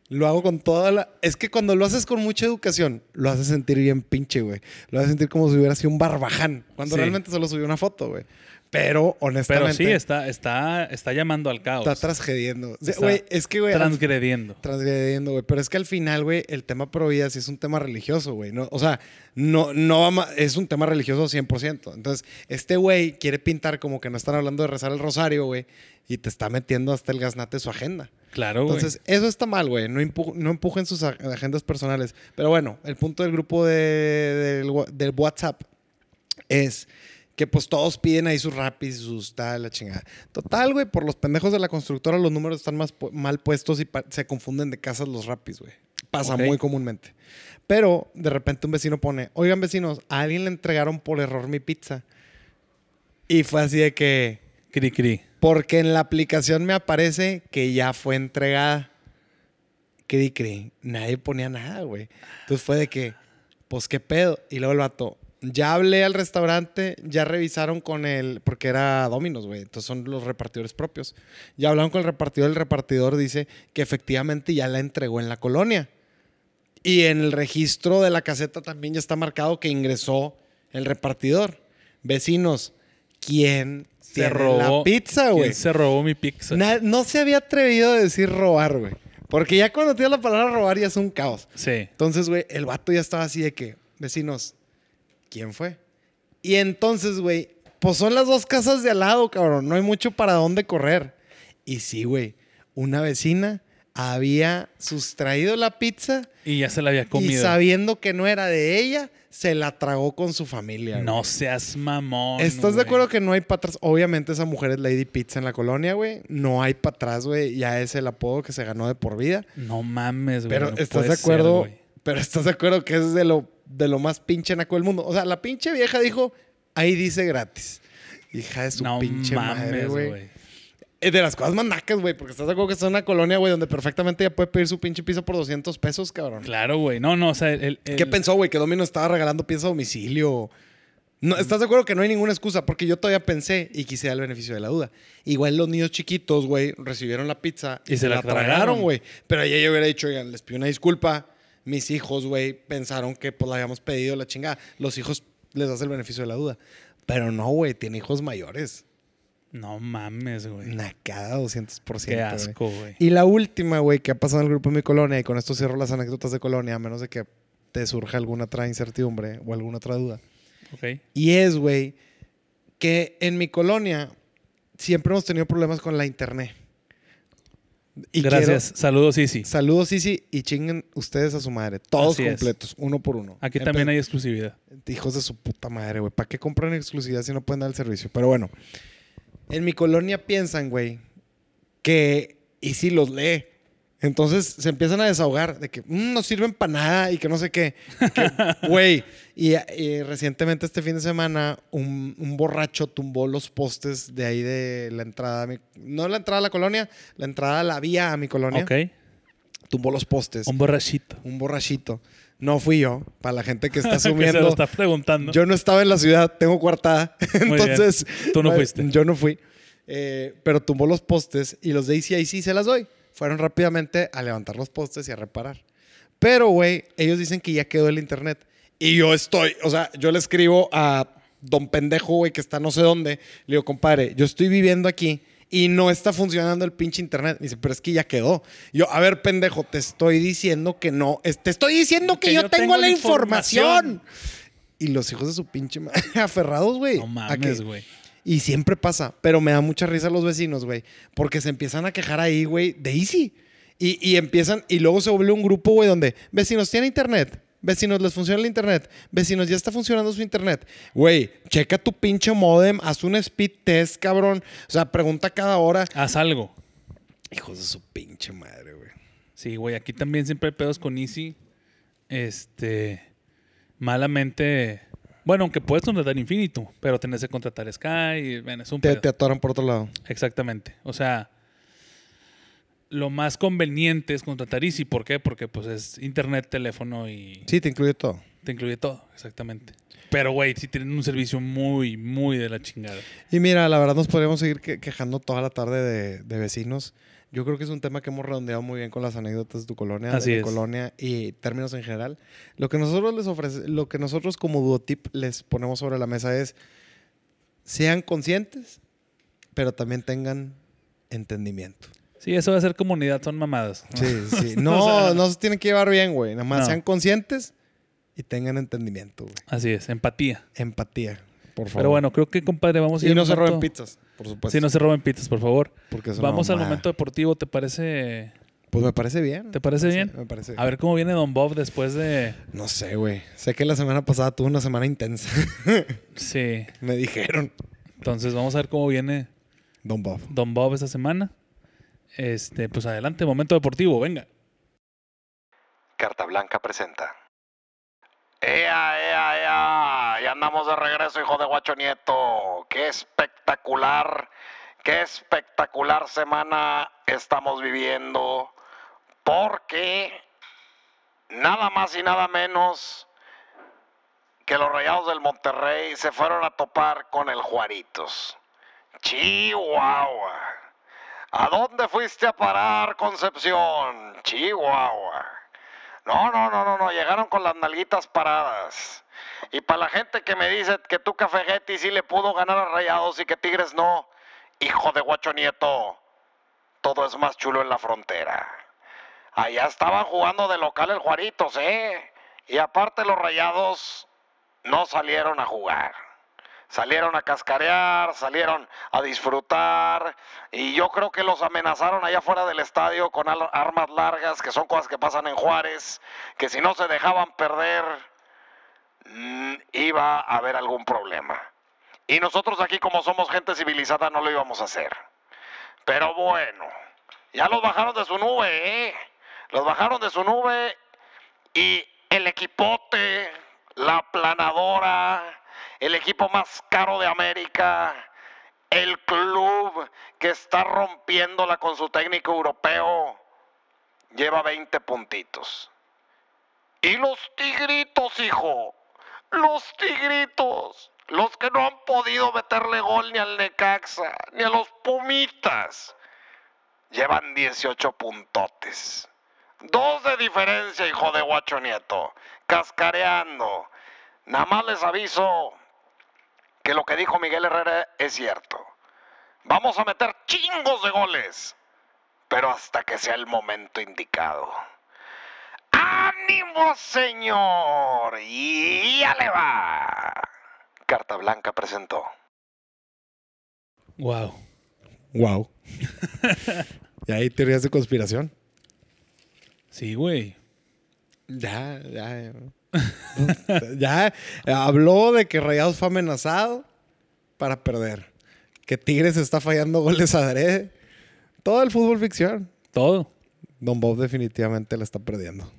[SPEAKER 3] Lo hago con toda la... Es que cuando lo haces con mucha educación, lo haces sentir bien pinche, güey. Lo haces sentir como si hubiera sido un barbaján. Cuando
[SPEAKER 2] Sí.
[SPEAKER 3] realmente solo subió una foto, güey. Pero, honestamente,
[SPEAKER 2] Pero sí, está, está, está llamando al caos.
[SPEAKER 3] está transgrediendo. O sea,
[SPEAKER 2] Está
[SPEAKER 3] Güey, es que, güey... al
[SPEAKER 2] transgrediendo.
[SPEAKER 3] transgrediendo, güey. Pero es que al final, güey, el tema pro vida sí es un tema religioso, güey. No, o sea, no, no va ma- es un tema religioso 100%. Entonces, este güey quiere pintar como que no están hablando de rezar el rosario, güey. Y te está metiendo hasta el gaznate de su agenda.
[SPEAKER 2] Claro, Ah, güey.
[SPEAKER 3] Entonces, eso está mal, güey. No, impu- no empujen sus ag- agendas personales. Pero bueno, el punto del grupo de, del, wa- del WhatsApp es que pues todos piden ahí sus rapis, sus tal, la chingada. Total, güey, por los pendejos de la constructora los números están más pu- mal puestos y pa- se confunden de casas los rapis, güey. Pasa
[SPEAKER 2] Ok.
[SPEAKER 3] muy comúnmente. Pero de repente un vecino pone, oigan vecinos, a alguien le entregaron por error mi pizza. Y fue así de que...
[SPEAKER 2] Cri, cri.
[SPEAKER 3] Porque en la aplicación me aparece que ya fue entregada. ¿Qué di cri? Nadie ponía nada, güey. Entonces fue de que, pues qué pedo. Y luego el vato, ya hablé al restaurante, ya revisaron con el, porque era Dominos, güey. Entonces son los repartidores propios. Ya hablaron con el repartidor, el repartidor dice que efectivamente ya la entregó en la colonia. Y en el registro de la caseta también ya está marcado que ingresó el repartidor. Vecinos, ¿quién
[SPEAKER 2] Se
[SPEAKER 3] tiene
[SPEAKER 2] robó.
[SPEAKER 3] la pizza, güey?
[SPEAKER 2] ¿Quién se robó mi pizza?
[SPEAKER 3] Na- no se había atrevido a decir robar, güey. Porque ya cuando tienes la palabra robar ya es un caos.
[SPEAKER 2] Sí.
[SPEAKER 3] Entonces, güey, el vato ya estaba así de que, vecinos, ¿quién fue? Y entonces, güey, pues son las dos casas de al lado, cabrón. No hay mucho para dónde correr. Y sí, güey, una vecina había sustraído la pizza
[SPEAKER 2] Y ya se la había
[SPEAKER 3] y
[SPEAKER 2] comido.
[SPEAKER 3] sabiendo que no era de ella, se la tragó con su familia. güey.
[SPEAKER 2] No seas mamón.
[SPEAKER 3] ¿Estás de
[SPEAKER 2] güey.
[SPEAKER 3] acuerdo que no hay para atrás? Obviamente esa mujer es Lady Pizza en la colonia, güey. No hay para atrás, güey. Ya es el apodo que se ganó de por vida.
[SPEAKER 2] No mames, güey.
[SPEAKER 3] Pero
[SPEAKER 2] no
[SPEAKER 3] estás
[SPEAKER 2] puede
[SPEAKER 3] de
[SPEAKER 2] ser,
[SPEAKER 3] acuerdo.
[SPEAKER 2] güey.
[SPEAKER 3] pero estás de acuerdo que es de lo, de lo más pinche naco del mundo. O sea, la pinche vieja dijo, ahí dice gratis. Hija de su
[SPEAKER 2] no
[SPEAKER 3] pinche madre,
[SPEAKER 2] mames,
[SPEAKER 3] güey.
[SPEAKER 2] güey.
[SPEAKER 3] Es de las cosas más nacas, güey. Porque estás de acuerdo que está en una colonia, güey, donde perfectamente ya puede pedir su pinche pizza por 200 pesos, cabrón.
[SPEAKER 2] Claro, güey. No, no, o sea, el, el-
[SPEAKER 3] ¿Qué pensó, güey? Que Domino estaba regalando piezas a domicilio. No, ¿Estás de acuerdo que no hay ninguna excusa? Porque yo todavía pensé y quise dar el beneficio de la duda. Igual los niños chiquitos, güey, recibieron la pizza
[SPEAKER 2] Y se la tragaron.
[SPEAKER 3] tragaron, güey. Pero ella yo hubiera dicho, oigan, les pido una disculpa. Mis hijos, güey, pensaron que pues la habíamos pedido la chingada. Los hijos les das el beneficio de la duda. Pero no, güey, tiene hijos mayores.
[SPEAKER 2] No mames, güey.
[SPEAKER 3] Nacada 200%.
[SPEAKER 2] Qué
[SPEAKER 3] güey.
[SPEAKER 2] asco, güey.
[SPEAKER 3] Y la última, güey, que ha pasado en el grupo de mi colonia, y con esto cierro las anécdotas de colonia, a menos de que te surja alguna otra incertidumbre o alguna otra duda.
[SPEAKER 2] Ok.
[SPEAKER 3] Y es, güey, que en mi colonia siempre hemos tenido problemas con la internet. Y
[SPEAKER 2] Gracias. Saludos, Isi.
[SPEAKER 3] quiero- saludos, Sisi, y chinguen ustedes a su madre. Todos
[SPEAKER 2] Así es.
[SPEAKER 3] completos, uno por uno.
[SPEAKER 2] Aquí también hay exclusividad.
[SPEAKER 3] Hijos de su puta madre, güey. ¿Para qué compran exclusividad si no pueden dar el servicio? Pero bueno, en mi colonia piensan, güey, que y si los lee. Entonces se empiezan a desahogar de que "Mm, no sirven para nada y que no sé qué. Que, Güey. y, eh, recientemente, este fin de semana, un, un borracho tumbó los postes de ahí de la entrada, a mi- no la entrada a la colonia, la entrada a la vía a mi colonia.
[SPEAKER 2] Ok.
[SPEAKER 3] Tumbó los postes.
[SPEAKER 2] Un borrachito.
[SPEAKER 3] Un borrachito. No fui yo, para la gente que está
[SPEAKER 2] Que se lo
[SPEAKER 3] asumiendo.
[SPEAKER 2] estás preguntando.
[SPEAKER 3] Yo no estaba en la ciudad, tengo coartada.
[SPEAKER 2] Muy bien.
[SPEAKER 3] Entonces.
[SPEAKER 2] Tú no
[SPEAKER 3] eh,
[SPEAKER 2] fuiste.
[SPEAKER 3] Yo no fui. Eh, pero tumbó los postes y los de ICIC se las doy. fueron rápidamente a levantar los postes y a reparar. Pero, güey, ellos dicen que ya quedó el internet. Y yo estoy, o sea, yo le escribo a don pendejo, güey, que está no sé dónde. Le digo, compadre, yo estoy viviendo aquí y no está funcionando el pinche internet. Me dice, pero es que ya quedó. Y yo, a ver, pendejo, te estoy diciendo que no. es- Te estoy diciendo que, yo, tengo, la información. Y los hijos de su pinche madre, aferrados, güey.
[SPEAKER 2] No
[SPEAKER 3] a que-
[SPEAKER 2] mames, güey.
[SPEAKER 3] y siempre pasa, pero me da mucha risa los vecinos, güey, porque se empiezan a quejar ahí, güey, de Easy. Y, y empiezan, y luego se vuelve un grupo, güey, donde vecinos tienen internet, vecinos les funciona el internet, vecinos ya está funcionando su internet. Güey, checa tu pinche modem, haz un speed test, cabrón. O sea, pregunta cada hora.
[SPEAKER 2] Haz algo.
[SPEAKER 3] Hijos de su pinche madre, güey.
[SPEAKER 2] Sí, güey, aquí también siempre hay pedos con Easy. Este. Malamente. Bueno, aunque puedes contratar Infinito, pero tenés que contratar Sky. Y, bueno, es un
[SPEAKER 3] Te,
[SPEAKER 2] pedo.
[SPEAKER 3] te atoran por otro lado.
[SPEAKER 2] Exactamente. O sea, lo más conveniente es contratar Easy. ¿Por qué? Porque pues es internet, teléfono y
[SPEAKER 3] Sí, te incluye todo.
[SPEAKER 2] te incluye todo. Exactamente. Pero, güey, sí tienen un servicio muy, muy de la chingada.
[SPEAKER 3] Y mira, la verdad nos podríamos seguir que- quejando toda la tarde de, de vecinos. Yo creo que es un tema que hemos redondeado muy bien con las anécdotas de tu colonia,
[SPEAKER 2] Así
[SPEAKER 3] de mi
[SPEAKER 2] es.
[SPEAKER 3] colonia y términos en general. Lo que nosotros les ofrece, lo que nosotros como Duotip les ponemos sobre la mesa es sean conscientes, pero también tengan entendimiento.
[SPEAKER 2] Sí, eso va a ser comunidad, son mamadas.
[SPEAKER 3] Sí, sí. No,
[SPEAKER 2] Ah. O sea-
[SPEAKER 3] no se tienen que llevar bien, güey. Nada más
[SPEAKER 2] No.
[SPEAKER 3] sean conscientes y tengan entendimiento, güey.
[SPEAKER 2] Así es, empatía.
[SPEAKER 3] Empatía, por favor.
[SPEAKER 2] Pero bueno, creo que, compadre, vamos a ir
[SPEAKER 3] y no
[SPEAKER 2] un
[SPEAKER 3] se roben
[SPEAKER 2] rato-
[SPEAKER 3] pizzas, por supuesto.
[SPEAKER 2] Sí, no se roben pizzas, por favor.
[SPEAKER 3] porque es una
[SPEAKER 2] Vamos al
[SPEAKER 3] mamada.
[SPEAKER 2] momento deportivo, ¿te parece?
[SPEAKER 3] Pues me parece bien.
[SPEAKER 2] ¿Te parece bien?
[SPEAKER 3] Me parece
[SPEAKER 2] A ver cómo viene Don Bob después de.
[SPEAKER 3] No sé, güey. Sé que la semana pasada tuve una semana intensa.
[SPEAKER 2] Sí.
[SPEAKER 3] Me dijeron.
[SPEAKER 2] Entonces vamos a ver cómo viene
[SPEAKER 3] Don Bob.
[SPEAKER 2] Don Bob esta semana. Este, pues adelante, momento deportivo, venga.
[SPEAKER 1] Carta Blanca presenta. ¡Ea, ea, ea! Ya andamos de regreso, hijo de Guacho Nieto. ¡Qué espectacular! ¡Qué espectacular semana estamos viviendo! Porque nada más y nada menos que los Rayados del Monterrey se fueron a topar con el Juaritos. Chihuahua. ¿A dónde fuiste a parar, Concepción? Chihuahua. No, no, no, no, no, llegaron con las nalguitas paradas. Y para la gente que me dice que tú Cafegetti sí le pudo ganar a Rayados y que Tigres no, hijo de guacho nieto, todo es más chulo en la frontera. Allá estaban jugando de local el Juaritos, ¿eh? Y aparte los Rayados no salieron a jugar salieron a cascarear, salieron a disfrutar y yo creo que los amenazaron allá afuera del estadio con al- armas largas, que son cosas que pasan en Juárez, que si no se dejaban perder mm, iba a haber algún problema. Y nosotros aquí como somos gente civilizada no lo íbamos a hacer. Pero bueno, ya los bajaron de su nube, ¿eh? Los bajaron de su nube y el equipote, la planadora, el equipo más caro de América, el club que está rompiéndola con su técnico europeo, lleva 20 puntitos. Y los tigritos, hijo, los tigritos, los que no han podido meterle gol ni al Necaxa, ni a los Pumitas, llevan 18 puntotes. Dos de diferencia, hijo de guacho nieto. Cascareando. Nada más les aviso que lo que dijo Miguel Herrera es cierto. Vamos a meter chingos de goles, pero hasta que sea el momento indicado. ¡Ánimo, señor! ¡Y ya le va! Carta Blanca presentó.
[SPEAKER 2] Wow.
[SPEAKER 3] Wow. y hay teorías de conspiración.
[SPEAKER 2] Sí, güey.
[SPEAKER 3] Ya, ya. ya. ya eh, habló de que Rayados fue amenazado para perder. Que Tigres está fallando goles adrede. Todo el fútbol ficción.
[SPEAKER 2] Todo.
[SPEAKER 3] Don Bob definitivamente la está perdiendo.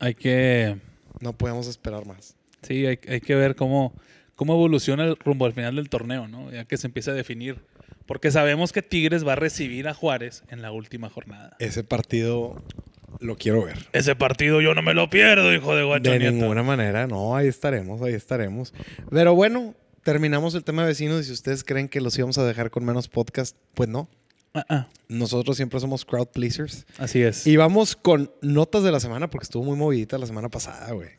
[SPEAKER 2] Hay que.
[SPEAKER 3] No podemos esperar más.
[SPEAKER 2] Sí, hay, hay que ver cómo, cómo evoluciona el rumbo al final del torneo, ¿no? Ya que se empieza a definir. Porque sabemos que Tigres va a recibir a Juárez en la última jornada.
[SPEAKER 3] Ese partido lo quiero ver.
[SPEAKER 2] Ese partido yo no me lo pierdo, hijo de guacho
[SPEAKER 3] De
[SPEAKER 2] nieto.
[SPEAKER 3] ninguna manera, no, ahí estaremos, ahí estaremos. Pero bueno, terminamos el tema de vecinos y si ustedes creen que los íbamos a dejar con menos podcast, pues no,
[SPEAKER 2] Ah, ah,
[SPEAKER 3] Nosotros siempre somos crowd pleasers.
[SPEAKER 2] así es.
[SPEAKER 3] Y vamos con notas de la semana porque estuvo muy movidita la semana pasada, güey.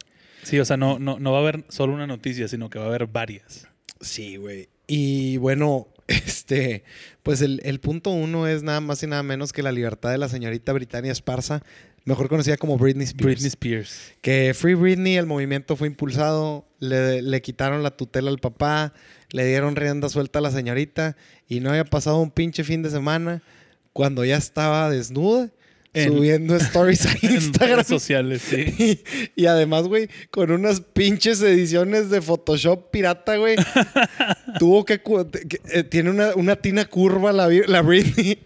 [SPEAKER 2] Sí, o sea, no, no, no va a haber solo una noticia, sino que va a haber varias.
[SPEAKER 3] Sí, güey. Y bueno, este, pues el, el punto uno es nada más y nada menos que la libertad de la señorita Britannia Esparza, mejor conocida como Britney Spears.
[SPEAKER 2] Britney Spears.
[SPEAKER 3] Que Free Britney, el movimiento fue impulsado, le, le quitaron la tutela al papá, le dieron rienda suelta a la señorita y no había pasado un pinche fin de semana cuando ya estaba desnuda,
[SPEAKER 2] En-
[SPEAKER 3] subiendo stories a
[SPEAKER 2] En
[SPEAKER 3] Instagram.
[SPEAKER 2] redes sociales, sí.
[SPEAKER 3] Y, y además, güey, con unas pinches ediciones de Photoshop pirata, güey. tuvo que. cu- te- que, eh, tiene una, una tina curva la, vi- la Britney.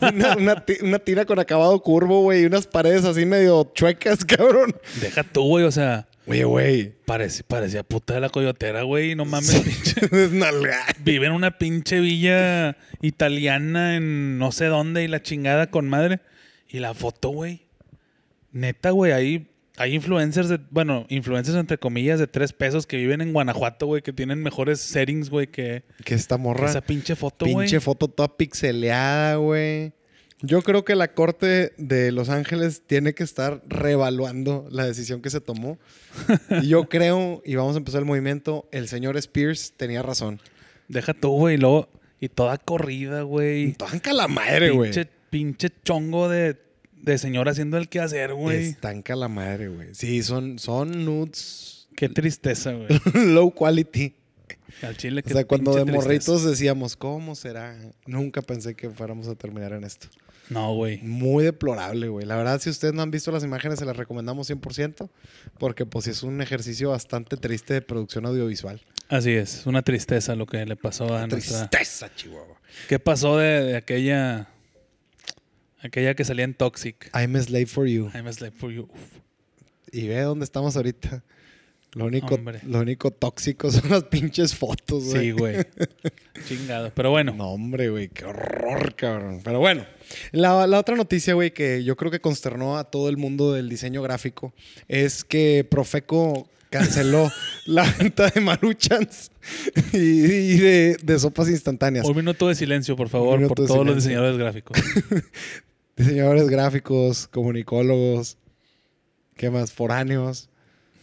[SPEAKER 3] una, una ti- una tina con acabado curvo, güey. Y unas paredes así medio chuecas, cabrón.
[SPEAKER 2] Deja tú, güey, o sea,
[SPEAKER 3] Güey, güey.
[SPEAKER 2] parece, parecía puta de la coyotera, güey, no mames. pinche-
[SPEAKER 3] Desnalgada.
[SPEAKER 2] Vive en una pinche villa italiana en no sé dónde y la chingada con madre. Y la foto, güey. Neta, güey, hay, hay influencers, de, bueno, influencers entre comillas de tres pesos que viven en Guanajuato, güey, que tienen mejores settings, güey, que
[SPEAKER 3] que esta
[SPEAKER 2] que
[SPEAKER 3] morra.
[SPEAKER 2] esa pinche foto, güey.
[SPEAKER 3] pinche foto toda pixeleada, güey. Yo creo que la corte de Los Ángeles tiene que estar reevaluando la decisión que se tomó. Y yo creo, y vamos a empezar el movimiento, el señor Spears tenía razón.
[SPEAKER 2] Deja tú, güey, y luego. Y toda corrida, güey.
[SPEAKER 3] Estanca la madre, güey.
[SPEAKER 2] Pinche, pinche chongo de, de señor haciendo el quehacer, güey.
[SPEAKER 3] Estanca la madre, güey. Sí, son, son nudes
[SPEAKER 2] Qué tristeza, güey.
[SPEAKER 3] low quality.
[SPEAKER 2] Al chile
[SPEAKER 3] O
[SPEAKER 2] que
[SPEAKER 3] sea, cuando de morritos decíamos, ¿cómo será? Nunca pensé que fuéramos a terminar en esto.
[SPEAKER 2] No, güey.
[SPEAKER 3] Muy deplorable, güey. La verdad, si ustedes no han visto las imágenes, se las recomendamos 100%, porque pues sí es un ejercicio bastante triste de producción audiovisual.
[SPEAKER 2] Así es. Una tristeza lo que le pasó a nuestra.
[SPEAKER 3] Tristeza, Chihuahua.
[SPEAKER 2] ¿Qué pasó de, de aquella. Aquella que salía en Toxic?
[SPEAKER 3] I'm a slave for you.
[SPEAKER 2] I'm a slave for you. Uf.
[SPEAKER 3] Y ve dónde estamos ahorita. Lo único,
[SPEAKER 2] Hombre.
[SPEAKER 3] lo único tóxico son las pinches fotos, güey.
[SPEAKER 2] Sí, güey. Chingado. Pero bueno.
[SPEAKER 3] No, hombre, güey, qué horror, cabrón. Pero bueno, la, la otra noticia, güey, que yo creo que consternó a todo el mundo del diseño gráfico es que Profeco canceló la venta de Maruchans y, y de, de sopas instantáneas.
[SPEAKER 2] Un minuto de silencio, por favor,
[SPEAKER 3] minuto
[SPEAKER 2] por
[SPEAKER 3] de
[SPEAKER 2] todos los
[SPEAKER 3] silencio.
[SPEAKER 2] diseñadores gráficos.
[SPEAKER 3] Diseñadores gráficos, comunicólogos, ¿qué más? Foráneos,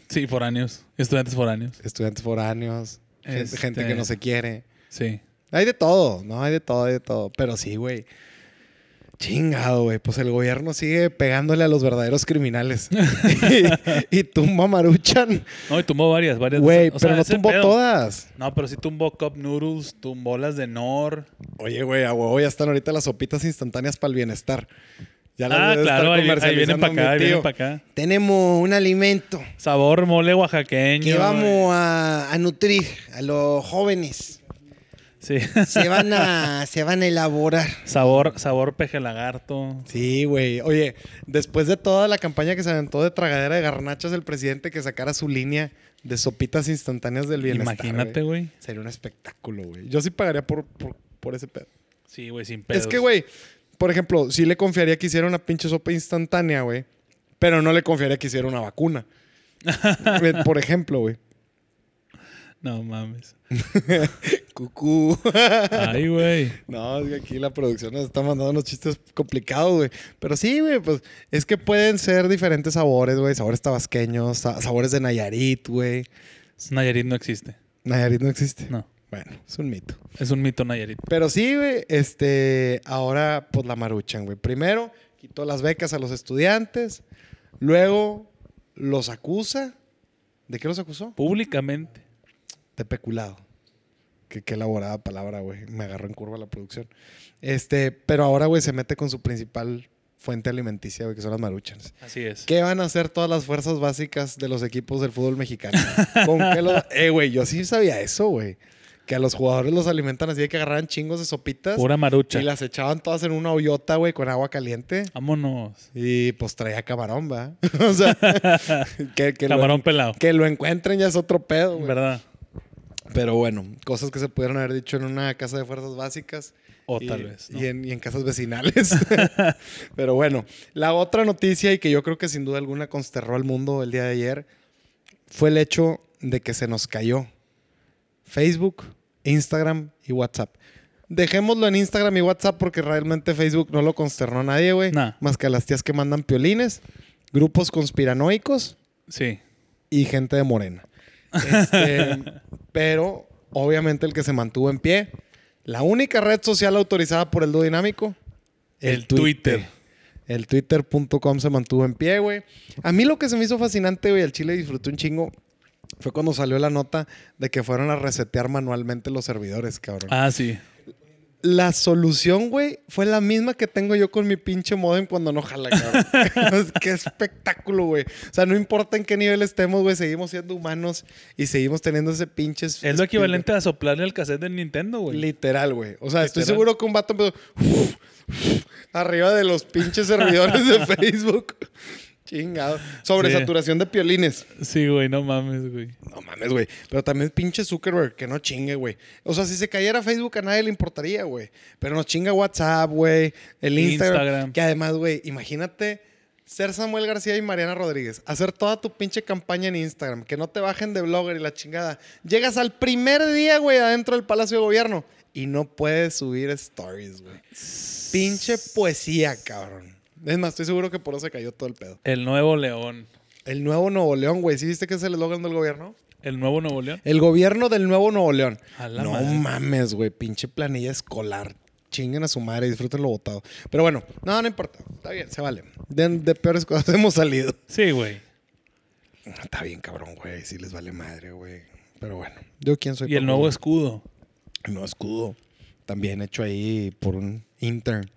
[SPEAKER 2] Sí, foráneos. Estudiantes foráneos.
[SPEAKER 3] estudiantes foráneos, gente-
[SPEAKER 2] Este-
[SPEAKER 3] gente que no se quiere.
[SPEAKER 2] Sí.
[SPEAKER 3] Hay de todo, ¿no? Hay de todo, hay de todo. Pero sí, güey. Chingado, güey. Pues el gobierno sigue pegándole a los verdaderos criminales. y, y tumba Maruchan.
[SPEAKER 2] No, y tumbó varias, varias.
[SPEAKER 3] Güey,
[SPEAKER 2] o sea,
[SPEAKER 3] pero no
[SPEAKER 2] ese
[SPEAKER 3] tumbó
[SPEAKER 2] pedo.
[SPEAKER 3] todas.
[SPEAKER 2] No, pero sí tumbó Cup Noodles, tumbó las de Nor.
[SPEAKER 3] Oye, güey, a huevo ya están ahorita las sopitas instantáneas para el bienestar. Ya las
[SPEAKER 2] Ah,
[SPEAKER 3] debe estar
[SPEAKER 2] claro, ahí, ahí vienen
[SPEAKER 3] comercializando
[SPEAKER 2] para acá,
[SPEAKER 3] mi
[SPEAKER 2] ahí vienen
[SPEAKER 3] tío.
[SPEAKER 2] para acá.
[SPEAKER 3] Tenemos un alimento
[SPEAKER 2] Sabor mole oaxaqueño.
[SPEAKER 4] que vamos a, a nutrir a los jóvenes.
[SPEAKER 2] Sí.
[SPEAKER 4] Se van a, se van a elaborar.
[SPEAKER 2] sabor, sabor peje lagarto.
[SPEAKER 3] Sí, güey. Oye, después de toda la campaña que se aventó de tragadera de garnachas, el presidente que sacara su línea de sopitas instantáneas del bienestar.
[SPEAKER 2] Imagínate, güey.
[SPEAKER 3] Sería un espectáculo, güey. Yo sí pagaría por, por, por ese pedo.
[SPEAKER 2] Sí, güey, sin pedos.
[SPEAKER 3] Es que, güey, por ejemplo, sí le confiaría que hiciera una pinche sopa instantánea, güey. Pero no le confiaría que hiciera una vacuna. Eh, por ejemplo, güey.
[SPEAKER 2] No mames.
[SPEAKER 3] Cucú.
[SPEAKER 2] Ay, güey.
[SPEAKER 3] No, es que aquí la producción nos está mandando unos chistes complicados, güey. Pero sí, güey, pues es que pueden ser diferentes sabores, güey. Sabores tabasqueños, sa- sabores de Nayarit, güey.
[SPEAKER 2] Nayarit no existe.
[SPEAKER 3] Nayarit no existe.
[SPEAKER 2] No.
[SPEAKER 3] Bueno, es un mito.
[SPEAKER 2] Es un mito Nayarit.
[SPEAKER 3] Pero sí, güey, este, ahora pues la maruchan, güey. Primero quitó las becas a los estudiantes, luego los acusa. ¿De qué los acusó?
[SPEAKER 2] Públicamente.
[SPEAKER 3] De peculado. Qué, qué elaborada palabra, güey. Me agarró en curva la producción. Este, pero ahora, güey, se mete con su principal fuente alimenticia, güey, que son las maruchans.
[SPEAKER 2] Así es.
[SPEAKER 3] ¿Qué van a hacer todas las fuerzas básicas de los equipos del fútbol mexicano? ¿Con qué lo- Eh, güey, yo sí sabía eso, güey. Que a los jugadores los alimentan así de que agarraban chingos de sopitas.
[SPEAKER 2] Pura marucha.
[SPEAKER 3] Y las echaban todas en una hoyota, güey, con agua caliente.
[SPEAKER 2] Vámonos.
[SPEAKER 3] Y pues traía camarón, ¿va? o sea, que, que
[SPEAKER 2] Camarón
[SPEAKER 3] Lo,
[SPEAKER 2] pelado.
[SPEAKER 3] que lo encuentren ya es otro pedo, güey.
[SPEAKER 2] ¿Verdad?
[SPEAKER 3] Pero bueno, cosas que se pudieron haber dicho en una casa de fuerzas básicas.
[SPEAKER 2] O
[SPEAKER 3] y,
[SPEAKER 2] tal vez. ¿no?
[SPEAKER 3] Y en, y en casas vecinales. Pero bueno, la otra noticia y que yo creo que sin duda alguna consternó al mundo el día de ayer fue el hecho de que se nos cayó Facebook, Instagram y WhatsApp. Dejémoslo en Instagram y WhatsApp porque realmente Facebook no lo consternó a nadie, güey.
[SPEAKER 2] Nah.
[SPEAKER 3] Más que a las tías que mandan piolines, grupos conspiranoicos
[SPEAKER 2] Sí.
[SPEAKER 3] y gente de morena. Este, pero obviamente el que se mantuvo en pie, la única red social autorizada por el dúo dinámico,
[SPEAKER 2] El Twitter.
[SPEAKER 3] El twitter.com se mantuvo en pie, güey. A mí lo que se me hizo fascinante, güey, al Chile disfruté un chingo, fue cuando salió la nota de que fueron a resetear manualmente los servidores, cabrón.
[SPEAKER 2] Ah, sí.
[SPEAKER 3] La solución, güey, fue la misma que tengo yo con mi pinche modem cuando no jala, cabrón. Es- qué espectáculo, güey. O sea, no importa en qué nivel estemos, güey, seguimos siendo humanos y seguimos teniendo ese pinche...
[SPEAKER 2] Es lo equivalente a soplarle al cassette del Nintendo, güey.
[SPEAKER 3] Literal, güey. O sea, estoy
[SPEAKER 2] Literal.
[SPEAKER 3] seguro que un vato empezó... arriba de los pinches servidores de Facebook. Chingado. Sobre
[SPEAKER 2] Sí.
[SPEAKER 3] saturación de piolines.
[SPEAKER 2] Sí, güey, no mames, güey.
[SPEAKER 3] No mames, güey. Pero también pinche Zuckerberg, que no chingue, güey. O sea, si se cayera Facebook a nadie le importaría, güey. Pero nos chinga WhatsApp, güey. El Instagram,
[SPEAKER 2] Instagram.
[SPEAKER 3] Que además, güey, imagínate ser Samuel García y Mariana Rodríguez. Hacer toda tu pinche campaña en Instagram. Que no te bajen de blogger y la chingada. Llegas al primer día, güey, adentro del Palacio de Gobierno. Y no puedes subir stories, güey. Pinche poesía, cabrón. Es más, estoy seguro que por eso se cayó todo el pedo.
[SPEAKER 2] El nuevo León.
[SPEAKER 3] El nuevo Nuevo León, güey. ¿Sí viste que es el eslogan del gobierno?
[SPEAKER 2] El nuevo Nuevo León.
[SPEAKER 3] El gobierno del nuevo Nuevo León.
[SPEAKER 2] A la
[SPEAKER 3] no
[SPEAKER 2] madre.
[SPEAKER 3] mames, güey. Pinche planilla escolar. Chinguen a su madre, disfruten lo votado. Pero bueno, no, no importa. Está bien, se vale. De, de peores cosas hemos salido.
[SPEAKER 2] Sí, güey.
[SPEAKER 3] Está bien, cabrón, güey. Sí les vale madre, güey. Pero bueno, yo quién soy.
[SPEAKER 2] Y el
[SPEAKER 3] para
[SPEAKER 2] nuevo
[SPEAKER 3] juzgar?
[SPEAKER 2] escudo.
[SPEAKER 3] El nuevo escudo. También hecho ahí por un intern.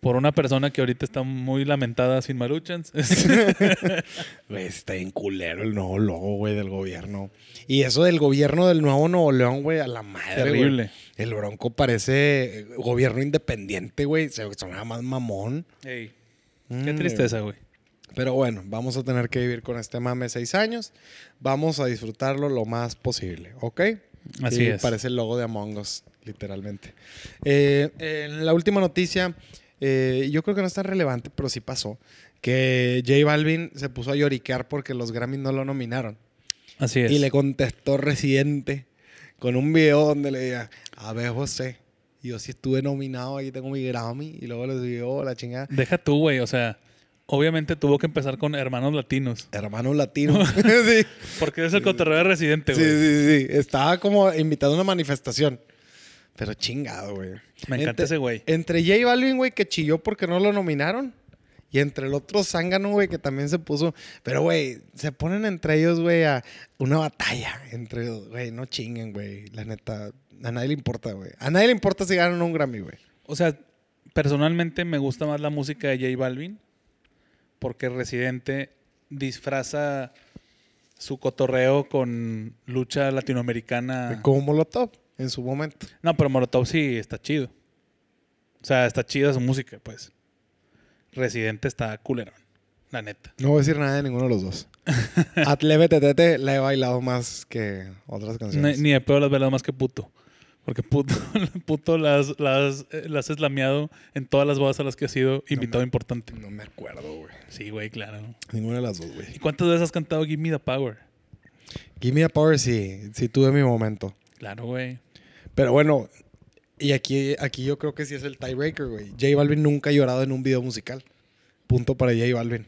[SPEAKER 2] Por una persona que ahorita está muy lamentada sin maruchans.
[SPEAKER 3] Güey, está en culero el nuevo logo, güey, del gobierno. Y eso del gobierno del nuevo Nuevo León, güey, a la madre. güey.
[SPEAKER 2] Terrible.
[SPEAKER 3] El Bronco parece eh, gobierno independiente, güey. Se sonaba más mamón.
[SPEAKER 2] Ey, Qué
[SPEAKER 3] Mm,
[SPEAKER 2] tristeza, güey.
[SPEAKER 3] Pero bueno, vamos a tener que vivir con este mame seis años. Vamos a disfrutarlo lo más posible, ¿ok?
[SPEAKER 2] Así
[SPEAKER 3] Sí,
[SPEAKER 2] es.
[SPEAKER 3] Parece el logo de Among Us, literalmente. Eh, en la última noticia, eh, yo creo que no es tan relevante, pero sí pasó. Que J Balvin se puso a lloriquear porque los Grammys no lo nominaron.
[SPEAKER 2] Así es.
[SPEAKER 3] Y le contestó Residente con un video donde le decía, a ver José, yo sí estuve nominado, aquí tengo mi Grammy. Y luego le subió la chingada.
[SPEAKER 2] Deja tú, güey. O sea, obviamente tuvo que empezar con hermanos latinos.
[SPEAKER 3] Hermano latino. sí.
[SPEAKER 2] Porque es el cotorreo de residente,
[SPEAKER 3] Sí,
[SPEAKER 2] güey.
[SPEAKER 3] sí, sí. Estaba como invitado a una manifestación. Pero chingado, güey.
[SPEAKER 2] Me encanta
[SPEAKER 3] Entre-
[SPEAKER 2] ese güey.
[SPEAKER 3] Entre J Balvin, güey, que chilló porque no lo nominaron. Y entre el otro zángano, güey, que también se puso. Pero, güey, se ponen entre ellos, güey, a una batalla. Entre, güey, no chinguen, güey. La neta, a nadie le importa, güey. A nadie le importa si ganan un Grammy, güey.
[SPEAKER 2] O sea, personalmente me gusta más la música de J Balvin. Porque Residente disfraza su cotorreo con lucha latinoamericana.
[SPEAKER 3] Como Molotov en su momento.
[SPEAKER 2] No, pero Molotov sí está chido. O sea, está chida su música, pues. Residente está culerón, la neta.
[SPEAKER 3] No voy a decir nada de ninguno de los dos. Atlévete, tete, la he bailado más que otras
[SPEAKER 2] Ni,
[SPEAKER 3] canciones.
[SPEAKER 2] ni de pedo las velado más que puto. Porque puto, puto las, las, eh, las has lameado en todas las bodas a las que has sido invitado importante.
[SPEAKER 3] No me acuerdo, güey.
[SPEAKER 2] Sí, güey, claro.
[SPEAKER 3] Ninguna de las dos,
[SPEAKER 2] ¿Y
[SPEAKER 3] güey.
[SPEAKER 2] cuántas veces has cantado Give Me the Power?
[SPEAKER 3] Give me a power, sí. Sí tuve mi momento.
[SPEAKER 2] Claro, güey.
[SPEAKER 3] Pero bueno, y aquí, aquí yo creo que sí es el tiebreaker, güey. J Balvin nunca ha llorado en un video musical. Punto para J Balvin.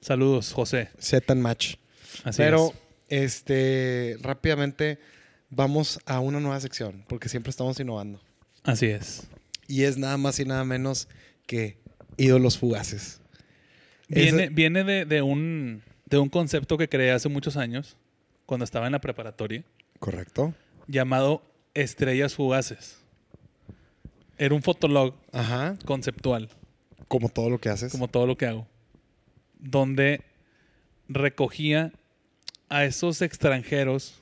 [SPEAKER 2] Saludos, José.
[SPEAKER 3] Set and match.
[SPEAKER 2] Así
[SPEAKER 3] Pero,
[SPEAKER 2] es.
[SPEAKER 3] este, rápidamente vamos a una nueva sección, porque siempre estamos innovando.
[SPEAKER 2] Así es.
[SPEAKER 3] Y es nada más y nada menos que ídolos fugaces.
[SPEAKER 2] Viene,
[SPEAKER 3] Ese-
[SPEAKER 2] viene de, de un, de un concepto que creé hace muchos años, cuando estaba en la preparatoria.
[SPEAKER 3] Correcto.
[SPEAKER 2] llamado Estrellas Fugaces. Era un fotolog
[SPEAKER 3] Ajá.
[SPEAKER 2] conceptual,
[SPEAKER 3] Como todo lo que haces.
[SPEAKER 2] como todo lo que hago, donde recogía a esos extranjeros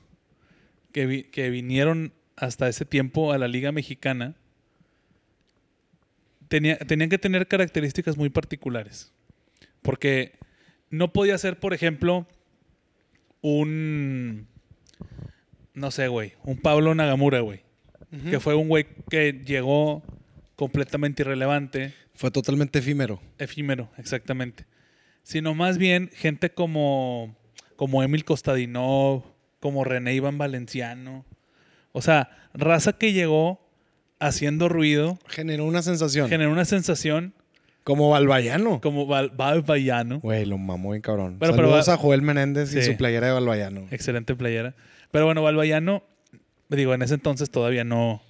[SPEAKER 2] que, vi- que vinieron hasta ese tiempo a la Liga Mexicana. Tenía- tenían que tener características muy particulares, porque no podía ser, por ejemplo, un, no sé, güey, un Pablo Nagamura, güey,
[SPEAKER 3] Ujú.
[SPEAKER 2] que fue un güey que llegó completamente irrelevante
[SPEAKER 3] Fue totalmente efímero.
[SPEAKER 2] efímero, exactamente. Sino más bien gente como, como Emil Costadinov, como René Iván Valenciano. O sea, raza que llegó haciendo ruido,
[SPEAKER 3] Generó una sensación.
[SPEAKER 2] generó una sensación
[SPEAKER 3] como Balbayano.
[SPEAKER 2] como val- valvallano.
[SPEAKER 3] Güey, lo mamó bien cabrón.
[SPEAKER 2] Bueno, pero
[SPEAKER 3] Saludos
[SPEAKER 2] va-
[SPEAKER 3] a Joel Menéndez y
[SPEAKER 2] Sí.
[SPEAKER 3] su playera de Balbayano.
[SPEAKER 2] Excelente playera. Pero bueno, Valvallano, digo, en ese entonces todavía no,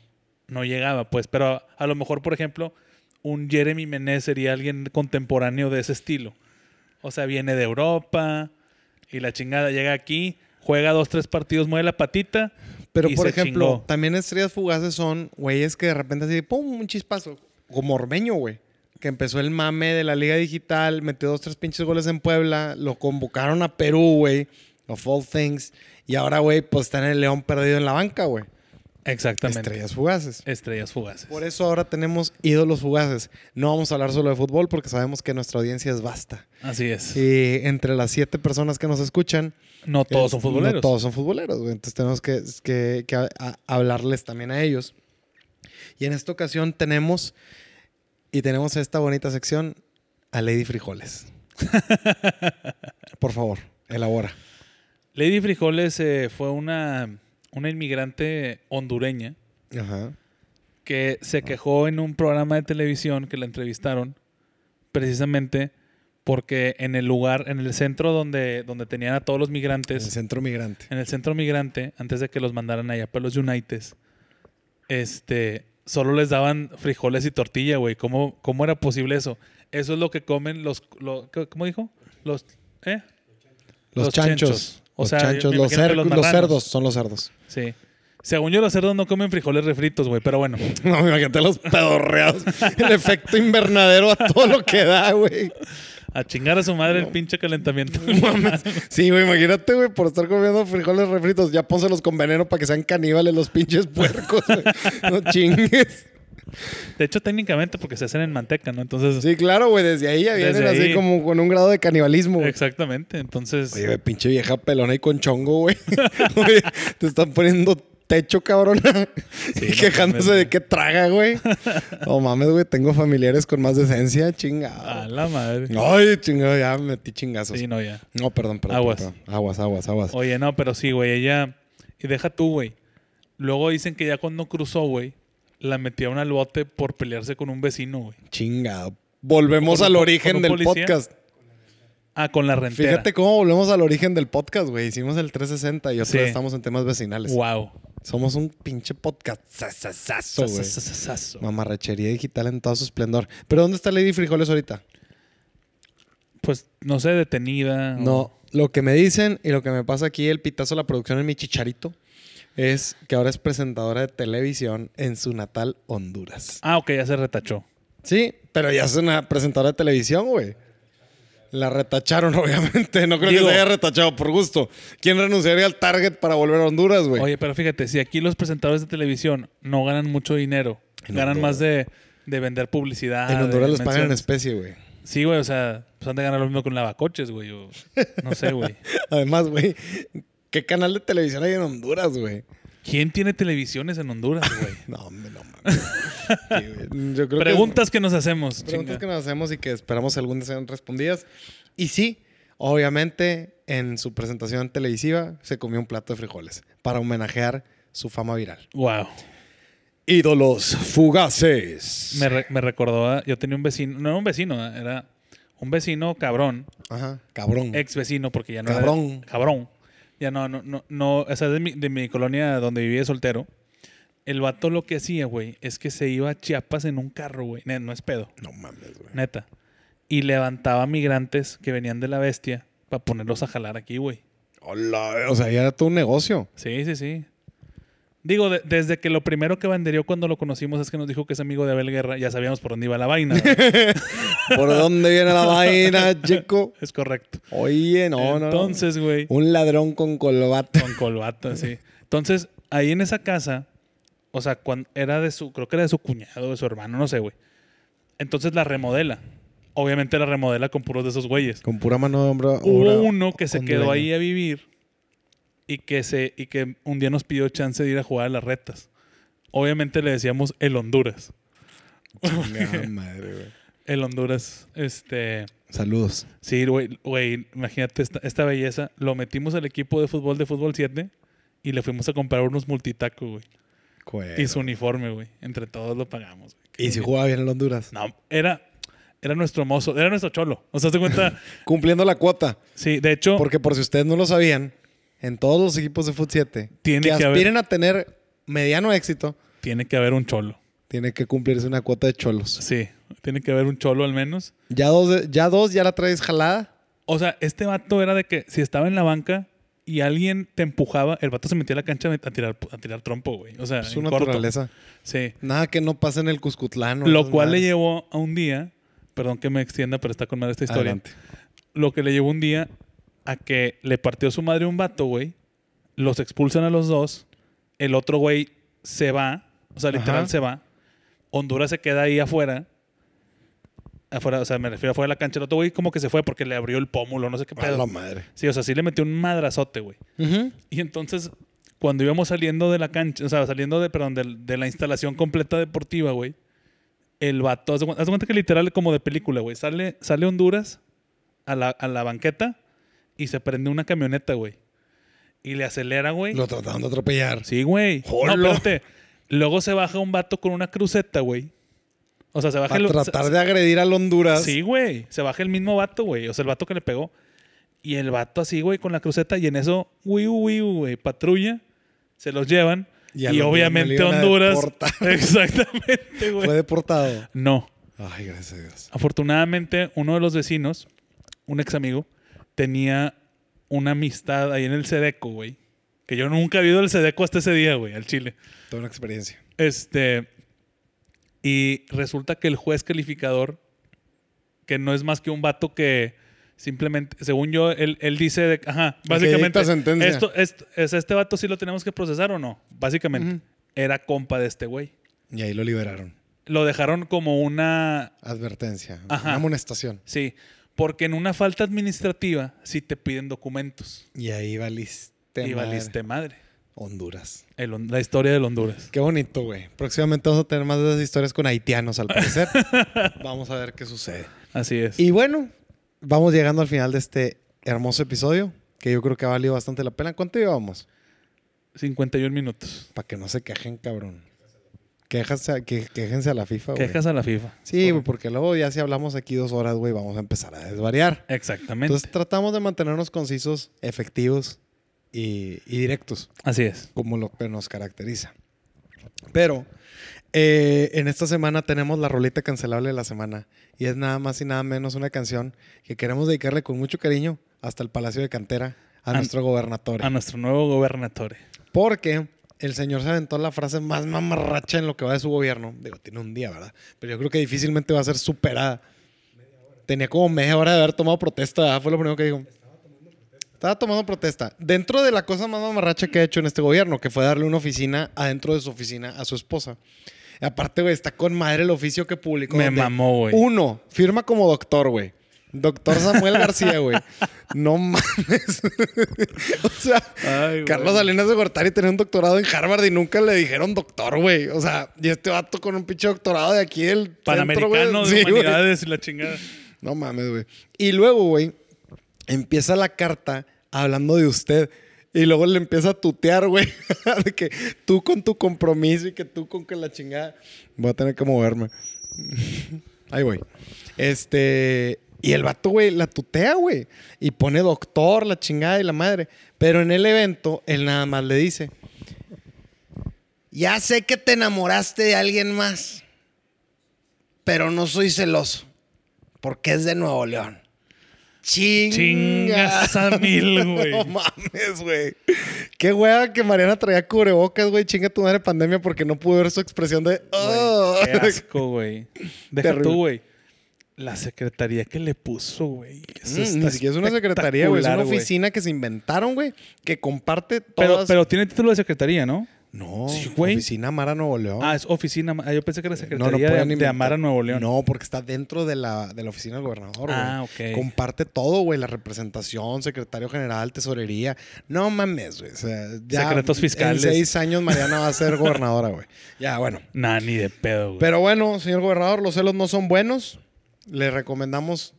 [SPEAKER 2] no llegaba, pues. Pero a, a lo mejor, por ejemplo, un Jeremy Mené sería alguien contemporáneo de ese estilo. O sea, viene de Europa y la chingada llega aquí, juega dos, tres partidos, mueve la patita.
[SPEAKER 3] Pero,
[SPEAKER 2] y
[SPEAKER 3] por
[SPEAKER 2] se
[SPEAKER 3] ejemplo,
[SPEAKER 2] chingó.
[SPEAKER 3] también estrellas fugaces son güeyes que de repente así, pum, un chispazo. Como Ormeño, güey. Que empezó el mame de la Liga Digital, metió dos, tres pinches goles en Puebla, lo convocaron a Perú, güey. Of all things. Y ahora, güey, pues está en el León perdido en la banca, güey.
[SPEAKER 2] Exactamente. Estrellas,
[SPEAKER 3] Estrellas fugaces.
[SPEAKER 2] fugaces.
[SPEAKER 3] Por eso ahora tenemos ídolos fugaces. No vamos a hablar solo de fútbol porque sabemos que nuestra audiencia es vasta.
[SPEAKER 2] Así es.
[SPEAKER 3] Y entre las siete personas que nos escuchan,
[SPEAKER 2] no todos son
[SPEAKER 3] es- Eh, no
[SPEAKER 2] futboleros.
[SPEAKER 3] todos son futboleros, güey. Entonces tenemos que, que- que a- a- hablarles también a ellos. Y en esta ocasión tenemos, y tenemos esta bonita sección, a Lady Frijoles. Por favor, elabora.
[SPEAKER 2] Lady Frijoles eh, fue una, una inmigrante hondureña
[SPEAKER 3] Ajá.
[SPEAKER 2] que se quejó en un programa de televisión que la entrevistaron precisamente porque en el lugar, en el centro donde, donde tenían a todos los
[SPEAKER 3] El
[SPEAKER 2] migrantes,
[SPEAKER 3] centro migrante.
[SPEAKER 2] en el centro migrante, antes de que los mandaran allá para los Unites, este, solo les daban frijoles y tortilla, güey. ¿Cómo, ¿Cómo era posible eso? Eso es lo que comen los, lo- ¿qué- ¿cómo dijo? Los, ¿eh?
[SPEAKER 3] Los,
[SPEAKER 2] Los
[SPEAKER 3] chanchos.
[SPEAKER 2] chanchos. O
[SPEAKER 3] los
[SPEAKER 2] sea,
[SPEAKER 3] chanchos,
[SPEAKER 2] me
[SPEAKER 3] los,
[SPEAKER 2] imagino
[SPEAKER 3] cer-
[SPEAKER 2] que los
[SPEAKER 3] los
[SPEAKER 2] marranos.
[SPEAKER 3] cerdos, son los cerdos.
[SPEAKER 2] Sí. Según yo, los cerdos no comen frijoles refritos, güey, pero bueno.
[SPEAKER 3] No, imagínate los pedorreados. El efecto invernadero a todo lo que da, güey.
[SPEAKER 2] A chingar a su madre el pinche calentamiento.
[SPEAKER 3] Sí, güey, imagínate, güey, por estar comiendo frijoles refritos. Ya pónselos con veneno para que sean caníbales los pinches puercos, güey. No chingues.
[SPEAKER 2] De hecho, técnicamente, porque se hacen en manteca, ¿no? Entonces,
[SPEAKER 3] Sí, claro, güey, desde ahí ya vienen
[SPEAKER 2] Desde
[SPEAKER 3] así
[SPEAKER 2] ahí.
[SPEAKER 3] como con un grado de canibalismo. güey.
[SPEAKER 2] exactamente. Entonces,
[SPEAKER 3] Oye, güey, pinche vieja pelona y con chongo, güey. Oye, te están poniendo techo, cabrona.
[SPEAKER 2] Sí,
[SPEAKER 3] y
[SPEAKER 2] no
[SPEAKER 3] quejándose
[SPEAKER 2] mames,
[SPEAKER 3] de que traga, güey. No mames, güey, tengo familiares con más decencia,
[SPEAKER 2] a
[SPEAKER 3] chingada.
[SPEAKER 2] la madre.
[SPEAKER 3] Ay, chingada, ya me metí chingazos.
[SPEAKER 2] Sí, no, ya.
[SPEAKER 3] No, perdón, perdón.
[SPEAKER 2] Aguas.
[SPEAKER 3] perdón. Aguas, aguas, aguas.
[SPEAKER 2] Oye, no, pero sí, güey, ella. Y deja tú, güey. Luego dicen que ya cuando cruzó, güey, la metieron al bote por pelearse con un vecino, güey.
[SPEAKER 3] Chingado. Volvemos
[SPEAKER 2] ¿Con un
[SPEAKER 3] al
[SPEAKER 2] po-
[SPEAKER 3] origen
[SPEAKER 2] con un
[SPEAKER 3] del
[SPEAKER 2] policía?
[SPEAKER 3] podcast.
[SPEAKER 2] Ah, con la rentera.
[SPEAKER 3] Fíjate cómo volvemos al origen del podcast, güey. Hicimos el 360 y otra
[SPEAKER 2] Sí.
[SPEAKER 3] vez estamos en temas vecinales.
[SPEAKER 2] Wow.
[SPEAKER 3] Somos un pinche podcast. Sasasazo, güey. Mamarrachería digital en todo su esplendor. ¿Pero dónde está Lady Frijoles ahorita?
[SPEAKER 2] Pues no sé, detenida. o-
[SPEAKER 3] No, lo que me dicen y lo que me pasa aquí, el pitazo de la producción en mi chicharito, es que ahora es presentadora de televisión en su natal Honduras.
[SPEAKER 2] Ah, ok, ya se retachó.
[SPEAKER 3] Sí, pero ya es una presentadora de televisión, güey. La retacharon, obviamente. No creo
[SPEAKER 2] Digo-
[SPEAKER 3] que se haya retachado por gusto. ¿Quién renunciaría al Target para volver a Honduras, güey?
[SPEAKER 2] Oye, pero fíjate, si aquí los presentadores de televisión no ganan mucho dinero,
[SPEAKER 3] En
[SPEAKER 2] ganan
[SPEAKER 3] Honduras.
[SPEAKER 2] más de, de vender publicidad.
[SPEAKER 3] en
[SPEAKER 2] de
[SPEAKER 3] Honduras los pagan en
[SPEAKER 2] menciones.
[SPEAKER 3] especie, güey.
[SPEAKER 2] Sí, güey, o sea, pues han de ganar lo mismo con lavacoches, güey. o- No sé, güey.
[SPEAKER 3] Además, güey, ¿qué canal de televisión hay en Honduras, güey?
[SPEAKER 2] ¿Quién tiene televisiones en Honduras, güey?
[SPEAKER 3] No, hombre, no mames. Sí, güey. Yo creo que-
[SPEAKER 2] Preguntas que, nos hacemos.
[SPEAKER 3] preguntas
[SPEAKER 2] chinga.
[SPEAKER 3] que nos hacemos y que esperamos algunas sean respondidas. Y sí, obviamente, en su presentación televisiva se comió un plato de frijoles para homenajear su fama viral.
[SPEAKER 2] Wow.
[SPEAKER 3] Ídolos fugaces.
[SPEAKER 2] Me, re- me recordó, a- yo tenía un vecino, no era un vecino, ¿eh? era un vecino cabrón,
[SPEAKER 3] Ajá, cabrón.
[SPEAKER 2] ex vecino, porque ya no
[SPEAKER 3] Cabrón.
[SPEAKER 2] era. Cabrón. Ya no, no, no, no, o sea, de mi, de mi colonia donde vivía de soltero. El vato lo que hacía, güey, es que se iba a Chiapas en un carro, güey. Ne- No es pedo,
[SPEAKER 3] No mames, güey.
[SPEAKER 2] neta. Y levantaba migrantes que venían de la bestia para ponerlos a jalar aquí, güey.
[SPEAKER 3] Hola, eh, o sea, ya era todo un negocio.
[SPEAKER 2] Sí, sí, sí. Digo, de- desde que lo primero que banderió cuando lo conocimos es que nos dijo que es amigo de Abel Guerra, ya sabíamos por dónde iba la vaina. ¿verdad?
[SPEAKER 3] ¿Por dónde viene la vaina, chico?
[SPEAKER 2] es correcto.
[SPEAKER 3] Oye, no, no, no.
[SPEAKER 2] Entonces, güey,
[SPEAKER 3] Un ladrón con colbata.
[SPEAKER 2] con colbata, sí. Entonces, ahí en esa casa, o sea, cuando era de su, creo que era de su cuñado, de su hermano, no sé, güey. Entonces la remodela. Obviamente la remodela con puros de esos güeyes.
[SPEAKER 3] Con pura mano de hombre.
[SPEAKER 2] Hubo
[SPEAKER 3] obra
[SPEAKER 2] uno que se quedó
[SPEAKER 3] hondureña.
[SPEAKER 2] ahí a vivir y que, se, y que un día nos pidió chance de ir a jugar a las retas. Obviamente le decíamos el Honduras.
[SPEAKER 3] Chingada madre, güey.
[SPEAKER 2] El Honduras, este...
[SPEAKER 3] Saludos.
[SPEAKER 2] Sí, güey, güey, imagínate esta, esta belleza. Lo metimos al equipo de fútbol de Fútbol 7 y le fuimos a comprar unos multitacos, güey.
[SPEAKER 3] Cuero.
[SPEAKER 2] Y su uniforme, güey. Entre todos lo pagamos. güey.
[SPEAKER 3] Y si jugaba bien en Honduras.
[SPEAKER 2] No, era, era nuestro mozo, era nuestro cholo. O sea, ¿te cuenta?
[SPEAKER 3] Cumpliendo la cuota.
[SPEAKER 2] Sí, de hecho,
[SPEAKER 3] Porque por si ustedes no lo sabían, en todos los equipos de Foot 7
[SPEAKER 2] Tiene
[SPEAKER 3] que,
[SPEAKER 2] que haber-
[SPEAKER 3] aspiren a tener mediano éxito,
[SPEAKER 2] tiene que haber un cholo.
[SPEAKER 3] tiene que cumplirse una cuota de cholos.
[SPEAKER 2] Sí, tiene que haber un cholo al menos.
[SPEAKER 3] Ya dos, de- ya, dos ya la traes jalada.
[SPEAKER 2] O sea, este vato era de que si estaba en la banca y alguien te empujaba, el vato se metía a la cancha a tirar, a tirar trompo, güey. O sea,
[SPEAKER 3] Es su
[SPEAKER 2] Ah, en corto.
[SPEAKER 3] naturaleza.
[SPEAKER 2] Sí.
[SPEAKER 3] Nada que no pase en el Cuscutlano.
[SPEAKER 2] Lo
[SPEAKER 3] esas
[SPEAKER 2] cual le
[SPEAKER 3] madres.
[SPEAKER 2] llevó a un día, perdón que me extienda, pero está con madre esta historia.
[SPEAKER 3] Adelante.
[SPEAKER 2] Lo que le llevó un día a que le partió su madre un vato, güey. Los expulsan a los dos. El otro güey se va. O sea, literal
[SPEAKER 3] Ajá.
[SPEAKER 2] se va. Honduras se queda ahí afuera. Afuera, o sea, me refiero afuera de la cancha. El otro güey como que se fue porque le abrió el pómulo, no sé qué
[SPEAKER 3] A
[SPEAKER 2] pedo.
[SPEAKER 3] la madre.
[SPEAKER 2] Sí, o sea, sí le metió un madrazote, güey.
[SPEAKER 3] Ujú.
[SPEAKER 2] Y entonces, cuando íbamos saliendo de la cancha, o sea, saliendo de, perdón, del- de, la instalación completa deportiva, güey, el vato, haz de, cuen- haz de cuenta que literal como de película, güey, sale, sale Honduras a la, a la banqueta y se prende una camioneta, güey. Y le acelera, güey.
[SPEAKER 3] Lo trataron de atropellar.
[SPEAKER 2] Sí, güey. No,
[SPEAKER 3] Jolo.
[SPEAKER 2] espérate. Luego se baja un vato con una cruceta, güey. O sea, se baja
[SPEAKER 3] Para
[SPEAKER 2] el-
[SPEAKER 3] tratar de agredir al Honduras.
[SPEAKER 2] Sí, güey. Se baja el mismo vato, güey. O sea, el vato que le pegó. Y el vato así, güey, con la cruceta. Y en eso, uy, uy, güey, patrulla. Se los llevan.
[SPEAKER 3] Y
[SPEAKER 2] Y,
[SPEAKER 3] a los
[SPEAKER 2] obviamente
[SPEAKER 3] niños no le iban a
[SPEAKER 2] Honduras.
[SPEAKER 3] deportar.
[SPEAKER 2] Exactamente,
[SPEAKER 3] Fue
[SPEAKER 2] güey.
[SPEAKER 3] deportado.
[SPEAKER 2] No.
[SPEAKER 3] Ay, gracias a Dios.
[SPEAKER 2] Afortunadamente, uno de los vecinos, un ex amigo, tenía una amistad ahí en el Sedeco, güey. Que yo nunca había ido al Sedeco hasta ese día, güey, al Chile.
[SPEAKER 3] Toda una experiencia.
[SPEAKER 2] Este. Y resulta que el juez calificador, que no es más que un vato que simplemente, según yo, él, él dice, de- ajá,
[SPEAKER 3] que
[SPEAKER 2] básicamente.
[SPEAKER 3] dicta sentencia.
[SPEAKER 2] Esto, esto- es este vato sí lo tenemos que procesar o no. Básicamente,
[SPEAKER 3] Ujú.
[SPEAKER 2] era compa de este güey.
[SPEAKER 3] Y ahí lo liberaron.
[SPEAKER 2] Lo dejaron como una.
[SPEAKER 3] Advertencia.
[SPEAKER 2] Ajá.
[SPEAKER 3] Una amonestación.
[SPEAKER 2] Sí, porque en una falta administrativa sí te piden documentos.
[SPEAKER 3] Y ahí valiste.
[SPEAKER 2] y
[SPEAKER 3] madre.
[SPEAKER 2] valiste madre.
[SPEAKER 3] Honduras.
[SPEAKER 2] El hon- la historia del Honduras.
[SPEAKER 3] Qué bonito, güey. Próximamente vamos a tener más de esas historias con haitianos, al parecer. vamos a ver qué sucede.
[SPEAKER 2] Así es.
[SPEAKER 3] Y bueno, vamos llegando al final de este hermoso episodio, que yo creo que ha valido bastante la pena. ¿Cuánto llevamos?
[SPEAKER 2] 51 minutos.
[SPEAKER 3] Para que no se quejen, cabrón. Quejas a- que, quéjense a la FIFA, güey.
[SPEAKER 2] Quejas a la FIFA.
[SPEAKER 3] Sí, güey, porque luego ya si hablamos aquí dos horas, güey, vamos a empezar a desvariar.
[SPEAKER 2] Exactamente.
[SPEAKER 3] Entonces tratamos de mantenernos concisos, efectivos y- y directos.
[SPEAKER 2] Así es.
[SPEAKER 3] como lo que nos caracteriza. Pero eh, en esta semana tenemos la roleta cancelable de la semana y es nada más y nada menos una canción que queremos dedicarle con mucho cariño hasta el Palacio de Cantera a
[SPEAKER 2] A-
[SPEAKER 3] nuestro gobernador.
[SPEAKER 2] A nuestro nuevo gobernador.
[SPEAKER 3] Porque el señor se aventó la frase más mamarracha en lo que va de su gobierno. Digo, tiene un día, ¿verdad? Pero yo creo que difícilmente va a ser superada. Tenía como media hora de haber tomado protesta, ¿verdad? fue lo primero que dijo. Estaba tomando protesta. Dentro de la cosa más mamarracha que ha hecho en este gobierno, que fue darle una oficina adentro de su oficina a su esposa. Y aparte, güey, está con madre el oficio que publicó.
[SPEAKER 2] Me
[SPEAKER 3] donde
[SPEAKER 2] mamó, güey.
[SPEAKER 3] Uno, firma como doctor, güey. Doctor Samuel García, güey. No mames. o sea, Carlos Salinas de Gortari tenía un doctorado en Harvard y nunca le dijeron doctor, güey. O sea, y este vato con un pinche doctorado de aquí del centro, güey.
[SPEAKER 2] Panamericano
[SPEAKER 3] Sí,
[SPEAKER 2] de
[SPEAKER 3] güey.
[SPEAKER 2] Humanidades y la chingada.
[SPEAKER 3] No mames, güey. Y luego, güey, empieza la carta hablando de usted. Y luego le empieza a tutear, güey. de que tú con tu compromiso y que tú con que la chingada. Voy a tener que moverme. Ahí, güey. Este. Y el vato, güey, la tutea, güey. Y pone doctor, la chingada y la madre. Pero en el evento, él nada más le dice:
[SPEAKER 4] Ya sé que te enamoraste de alguien más, pero no soy celoso, porque es de Nuevo León. Chinga.
[SPEAKER 2] Chingas a mil, güey.
[SPEAKER 3] No mames, güey. Qué hueva que Mariana traía cubrebocas, güey. Chinga tu madre pandemia porque no pude ver su expresión de. "Oh".
[SPEAKER 2] Qué asco, güey. Deja
[SPEAKER 3] Terrible.
[SPEAKER 2] tú, güey. La secretaría que le puso, güey. Eso
[SPEAKER 3] Mm,
[SPEAKER 2] está
[SPEAKER 3] ni siquiera es una secretaría, güey. Es una
[SPEAKER 2] espectacular, güey.
[SPEAKER 3] oficina que se inventaron, güey. Que comparte
[SPEAKER 2] Pero,
[SPEAKER 3] todas.
[SPEAKER 2] pero tiene título de secretaría, ¿no?
[SPEAKER 3] no,
[SPEAKER 2] Sí, güey.
[SPEAKER 3] oficina Mara Nuevo León.
[SPEAKER 2] Ah, es oficina. Ah, yo pensé que era
[SPEAKER 3] no, no
[SPEAKER 2] secretaría
[SPEAKER 3] pueden
[SPEAKER 2] de, de
[SPEAKER 3] inventar.
[SPEAKER 2] Amara Nuevo León.
[SPEAKER 3] No, porque está dentro de la, de la oficina del gobernador, güey.
[SPEAKER 2] Ah, ok.
[SPEAKER 3] Comparte todo, güey. La representación, secretario general, tesorería. No mames, güey. O sea, ya
[SPEAKER 2] Secretos fiscales.
[SPEAKER 3] En seis años Mariana va a ser gobernadora, güey. Ya, bueno.
[SPEAKER 2] Nah, ni de pedo, güey.
[SPEAKER 3] Pero bueno, señor gobernador, los celos no son buenos. Le recomendamos.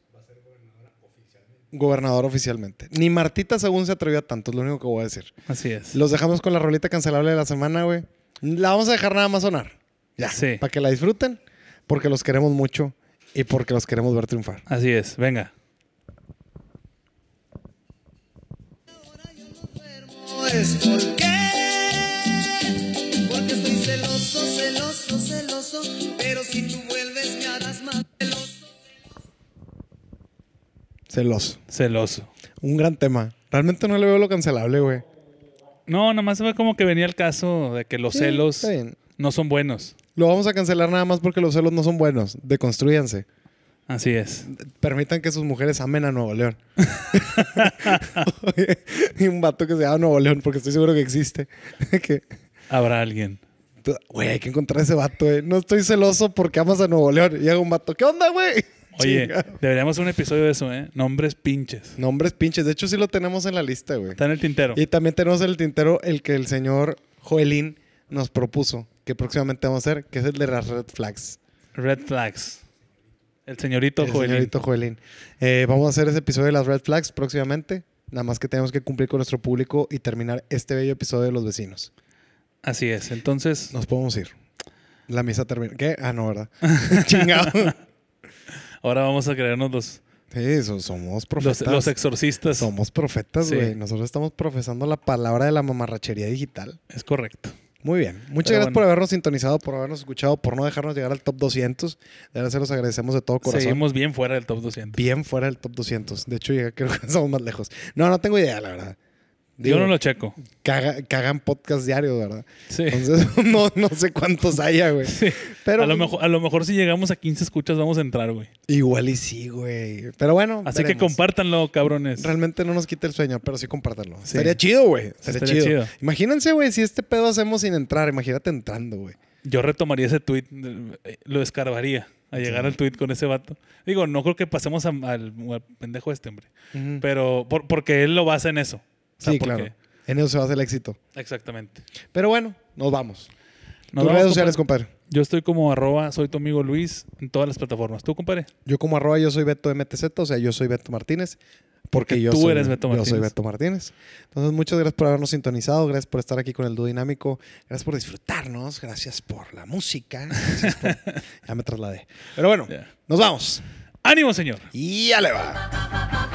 [SPEAKER 3] Gobernador oficialmente. Ni Martita según se atrevió a tanto, es lo único que voy a decir.
[SPEAKER 2] Así es.
[SPEAKER 3] Los dejamos con la rolita cancelable de la semana, güey. La vamos a dejar nada más sonar. Ya.
[SPEAKER 2] Sí.
[SPEAKER 3] Para que la disfruten, porque los queremos mucho y porque los queremos ver triunfar.
[SPEAKER 2] Así es, venga.
[SPEAKER 5] es porque porque estoy celoso, celoso, celoso, pero si tú vuelves me harás más celoso.
[SPEAKER 3] Celoso.
[SPEAKER 2] Celoso.
[SPEAKER 3] Un gran tema. Realmente no le veo lo cancelable, güey.
[SPEAKER 2] No, nomás fue como que venía el caso de que los
[SPEAKER 3] Sí,
[SPEAKER 2] celos
[SPEAKER 3] está bien.
[SPEAKER 2] no son buenos.
[SPEAKER 3] Lo vamos a cancelar nada más porque los celos no son buenos. Deconstruyanse.
[SPEAKER 2] Así es.
[SPEAKER 3] Permitan que sus mujeres amen a Nuevo León. Oye, y un vato que se llama Nuevo León, porque estoy seguro que existe. que,
[SPEAKER 2] Habrá alguien.
[SPEAKER 3] tú, güey, hay que encontrar ese vato, eh. No estoy celoso porque amas a Nuevo León. Y hago un vato, ¿qué onda, güey?
[SPEAKER 2] Oye,
[SPEAKER 3] Chinga.
[SPEAKER 2] deberíamos hacer un episodio de eso, ¿eh? Nombres pinches.
[SPEAKER 3] Nombres pinches. De hecho, sí lo tenemos en la lista, güey.
[SPEAKER 2] Está en el tintero.
[SPEAKER 3] Y también tenemos el tintero, el que el señor Joelín nos propuso, que próximamente vamos a hacer, que es el de las red flags.
[SPEAKER 2] Red flags. El señorito
[SPEAKER 3] El
[SPEAKER 2] Joelín.
[SPEAKER 3] señorito Joelín. Eh, vamos a hacer ese episodio de las red flags próximamente. Nada más que tenemos que cumplir con nuestro público y terminar este bello episodio de los vecinos.
[SPEAKER 2] Así es. Entonces,
[SPEAKER 3] Nos podemos ir. La misa termina. ¿Qué? Ah, no, ¿verdad? Chingado.
[SPEAKER 2] ahora vamos a creernos los,
[SPEAKER 3] Sí, eso, somos
[SPEAKER 2] los,
[SPEAKER 3] profetas.
[SPEAKER 2] los exorcistas.
[SPEAKER 3] somos profetas,
[SPEAKER 2] Sí.
[SPEAKER 3] güey. Nosotros estamos profesando la palabra de la mamarrachería digital.
[SPEAKER 2] Es correcto.
[SPEAKER 3] Muy bien. Muchas
[SPEAKER 2] Pero
[SPEAKER 3] gracias por
[SPEAKER 2] bueno.
[SPEAKER 3] habernos sintonizado, por habernos escuchado, por no dejarnos llegar al top 200. De verdad se los agradecemos de todo corazón.
[SPEAKER 2] Seguimos bien fuera del top 200.
[SPEAKER 3] bien fuera del top 200. De hecho, ya creo que estamos más lejos. No, no tengo idea, la verdad. Digo,
[SPEAKER 2] Yo no lo checo.
[SPEAKER 3] caga- cagan podcast diario, ¿verdad?
[SPEAKER 2] Sí.
[SPEAKER 3] Entonces, no, no sé cuántos haya, güey.
[SPEAKER 2] Sí.
[SPEAKER 3] Pero
[SPEAKER 2] a, lo mejor, a lo mejor si llegamos a 15 escuchas vamos a entrar, güey.
[SPEAKER 3] igual y sí, güey. Pero bueno,
[SPEAKER 2] Así que
[SPEAKER 3] veremos.
[SPEAKER 2] compártanlo, cabrones.
[SPEAKER 3] Realmente no nos quita el sueño, pero sí compártanlo.
[SPEAKER 2] Sí.
[SPEAKER 3] Estaría chido, güey. Estaría,
[SPEAKER 2] Estaría
[SPEAKER 3] chido.
[SPEAKER 2] chido.
[SPEAKER 3] Imagínense, güey, si este pedo hacemos sin entrar. Imagínate entrando, güey.
[SPEAKER 2] Yo retomaría ese tweet, eh, lo escarbaría a llegar al tweet con ese vato. Digo, no creo que pasemos a- al, al pendejo este, hombre.
[SPEAKER 3] Ujú.
[SPEAKER 2] Pero por- porque él lo basa en eso. O sea,
[SPEAKER 3] Sí,
[SPEAKER 2] porque-
[SPEAKER 3] claro. En eso se basa el éxito.
[SPEAKER 2] Exactamente.
[SPEAKER 3] Pero bueno, nos vamos.
[SPEAKER 2] Nos
[SPEAKER 3] Tus
[SPEAKER 2] vamos,
[SPEAKER 3] redes sociales,
[SPEAKER 2] compadre.
[SPEAKER 3] compadre.
[SPEAKER 2] Yo estoy como arroba, soy tu amigo Luis en todas las plataformas. ¿Tú, compadre?
[SPEAKER 3] Yo como arroba, yo soy Beto MTZ, o sea, yo soy Beto Martínez. Porque,
[SPEAKER 2] Porque
[SPEAKER 3] yo
[SPEAKER 2] tú
[SPEAKER 3] soy,
[SPEAKER 2] eres Beto
[SPEAKER 3] Yo soy
[SPEAKER 2] Martínez.
[SPEAKER 3] Beto Martínez. Entonces, muchas gracias por habernos sintonizado. Gracias por estar aquí con el Dúo Dinámico. Gracias por disfrutarnos. Gracias por la música. Gracias por- ya me trasladé. Pero bueno,
[SPEAKER 2] Ya.
[SPEAKER 3] nos vamos.
[SPEAKER 2] ¡Ánimo, señor!
[SPEAKER 3] Y ya le va.
[SPEAKER 5] Papá,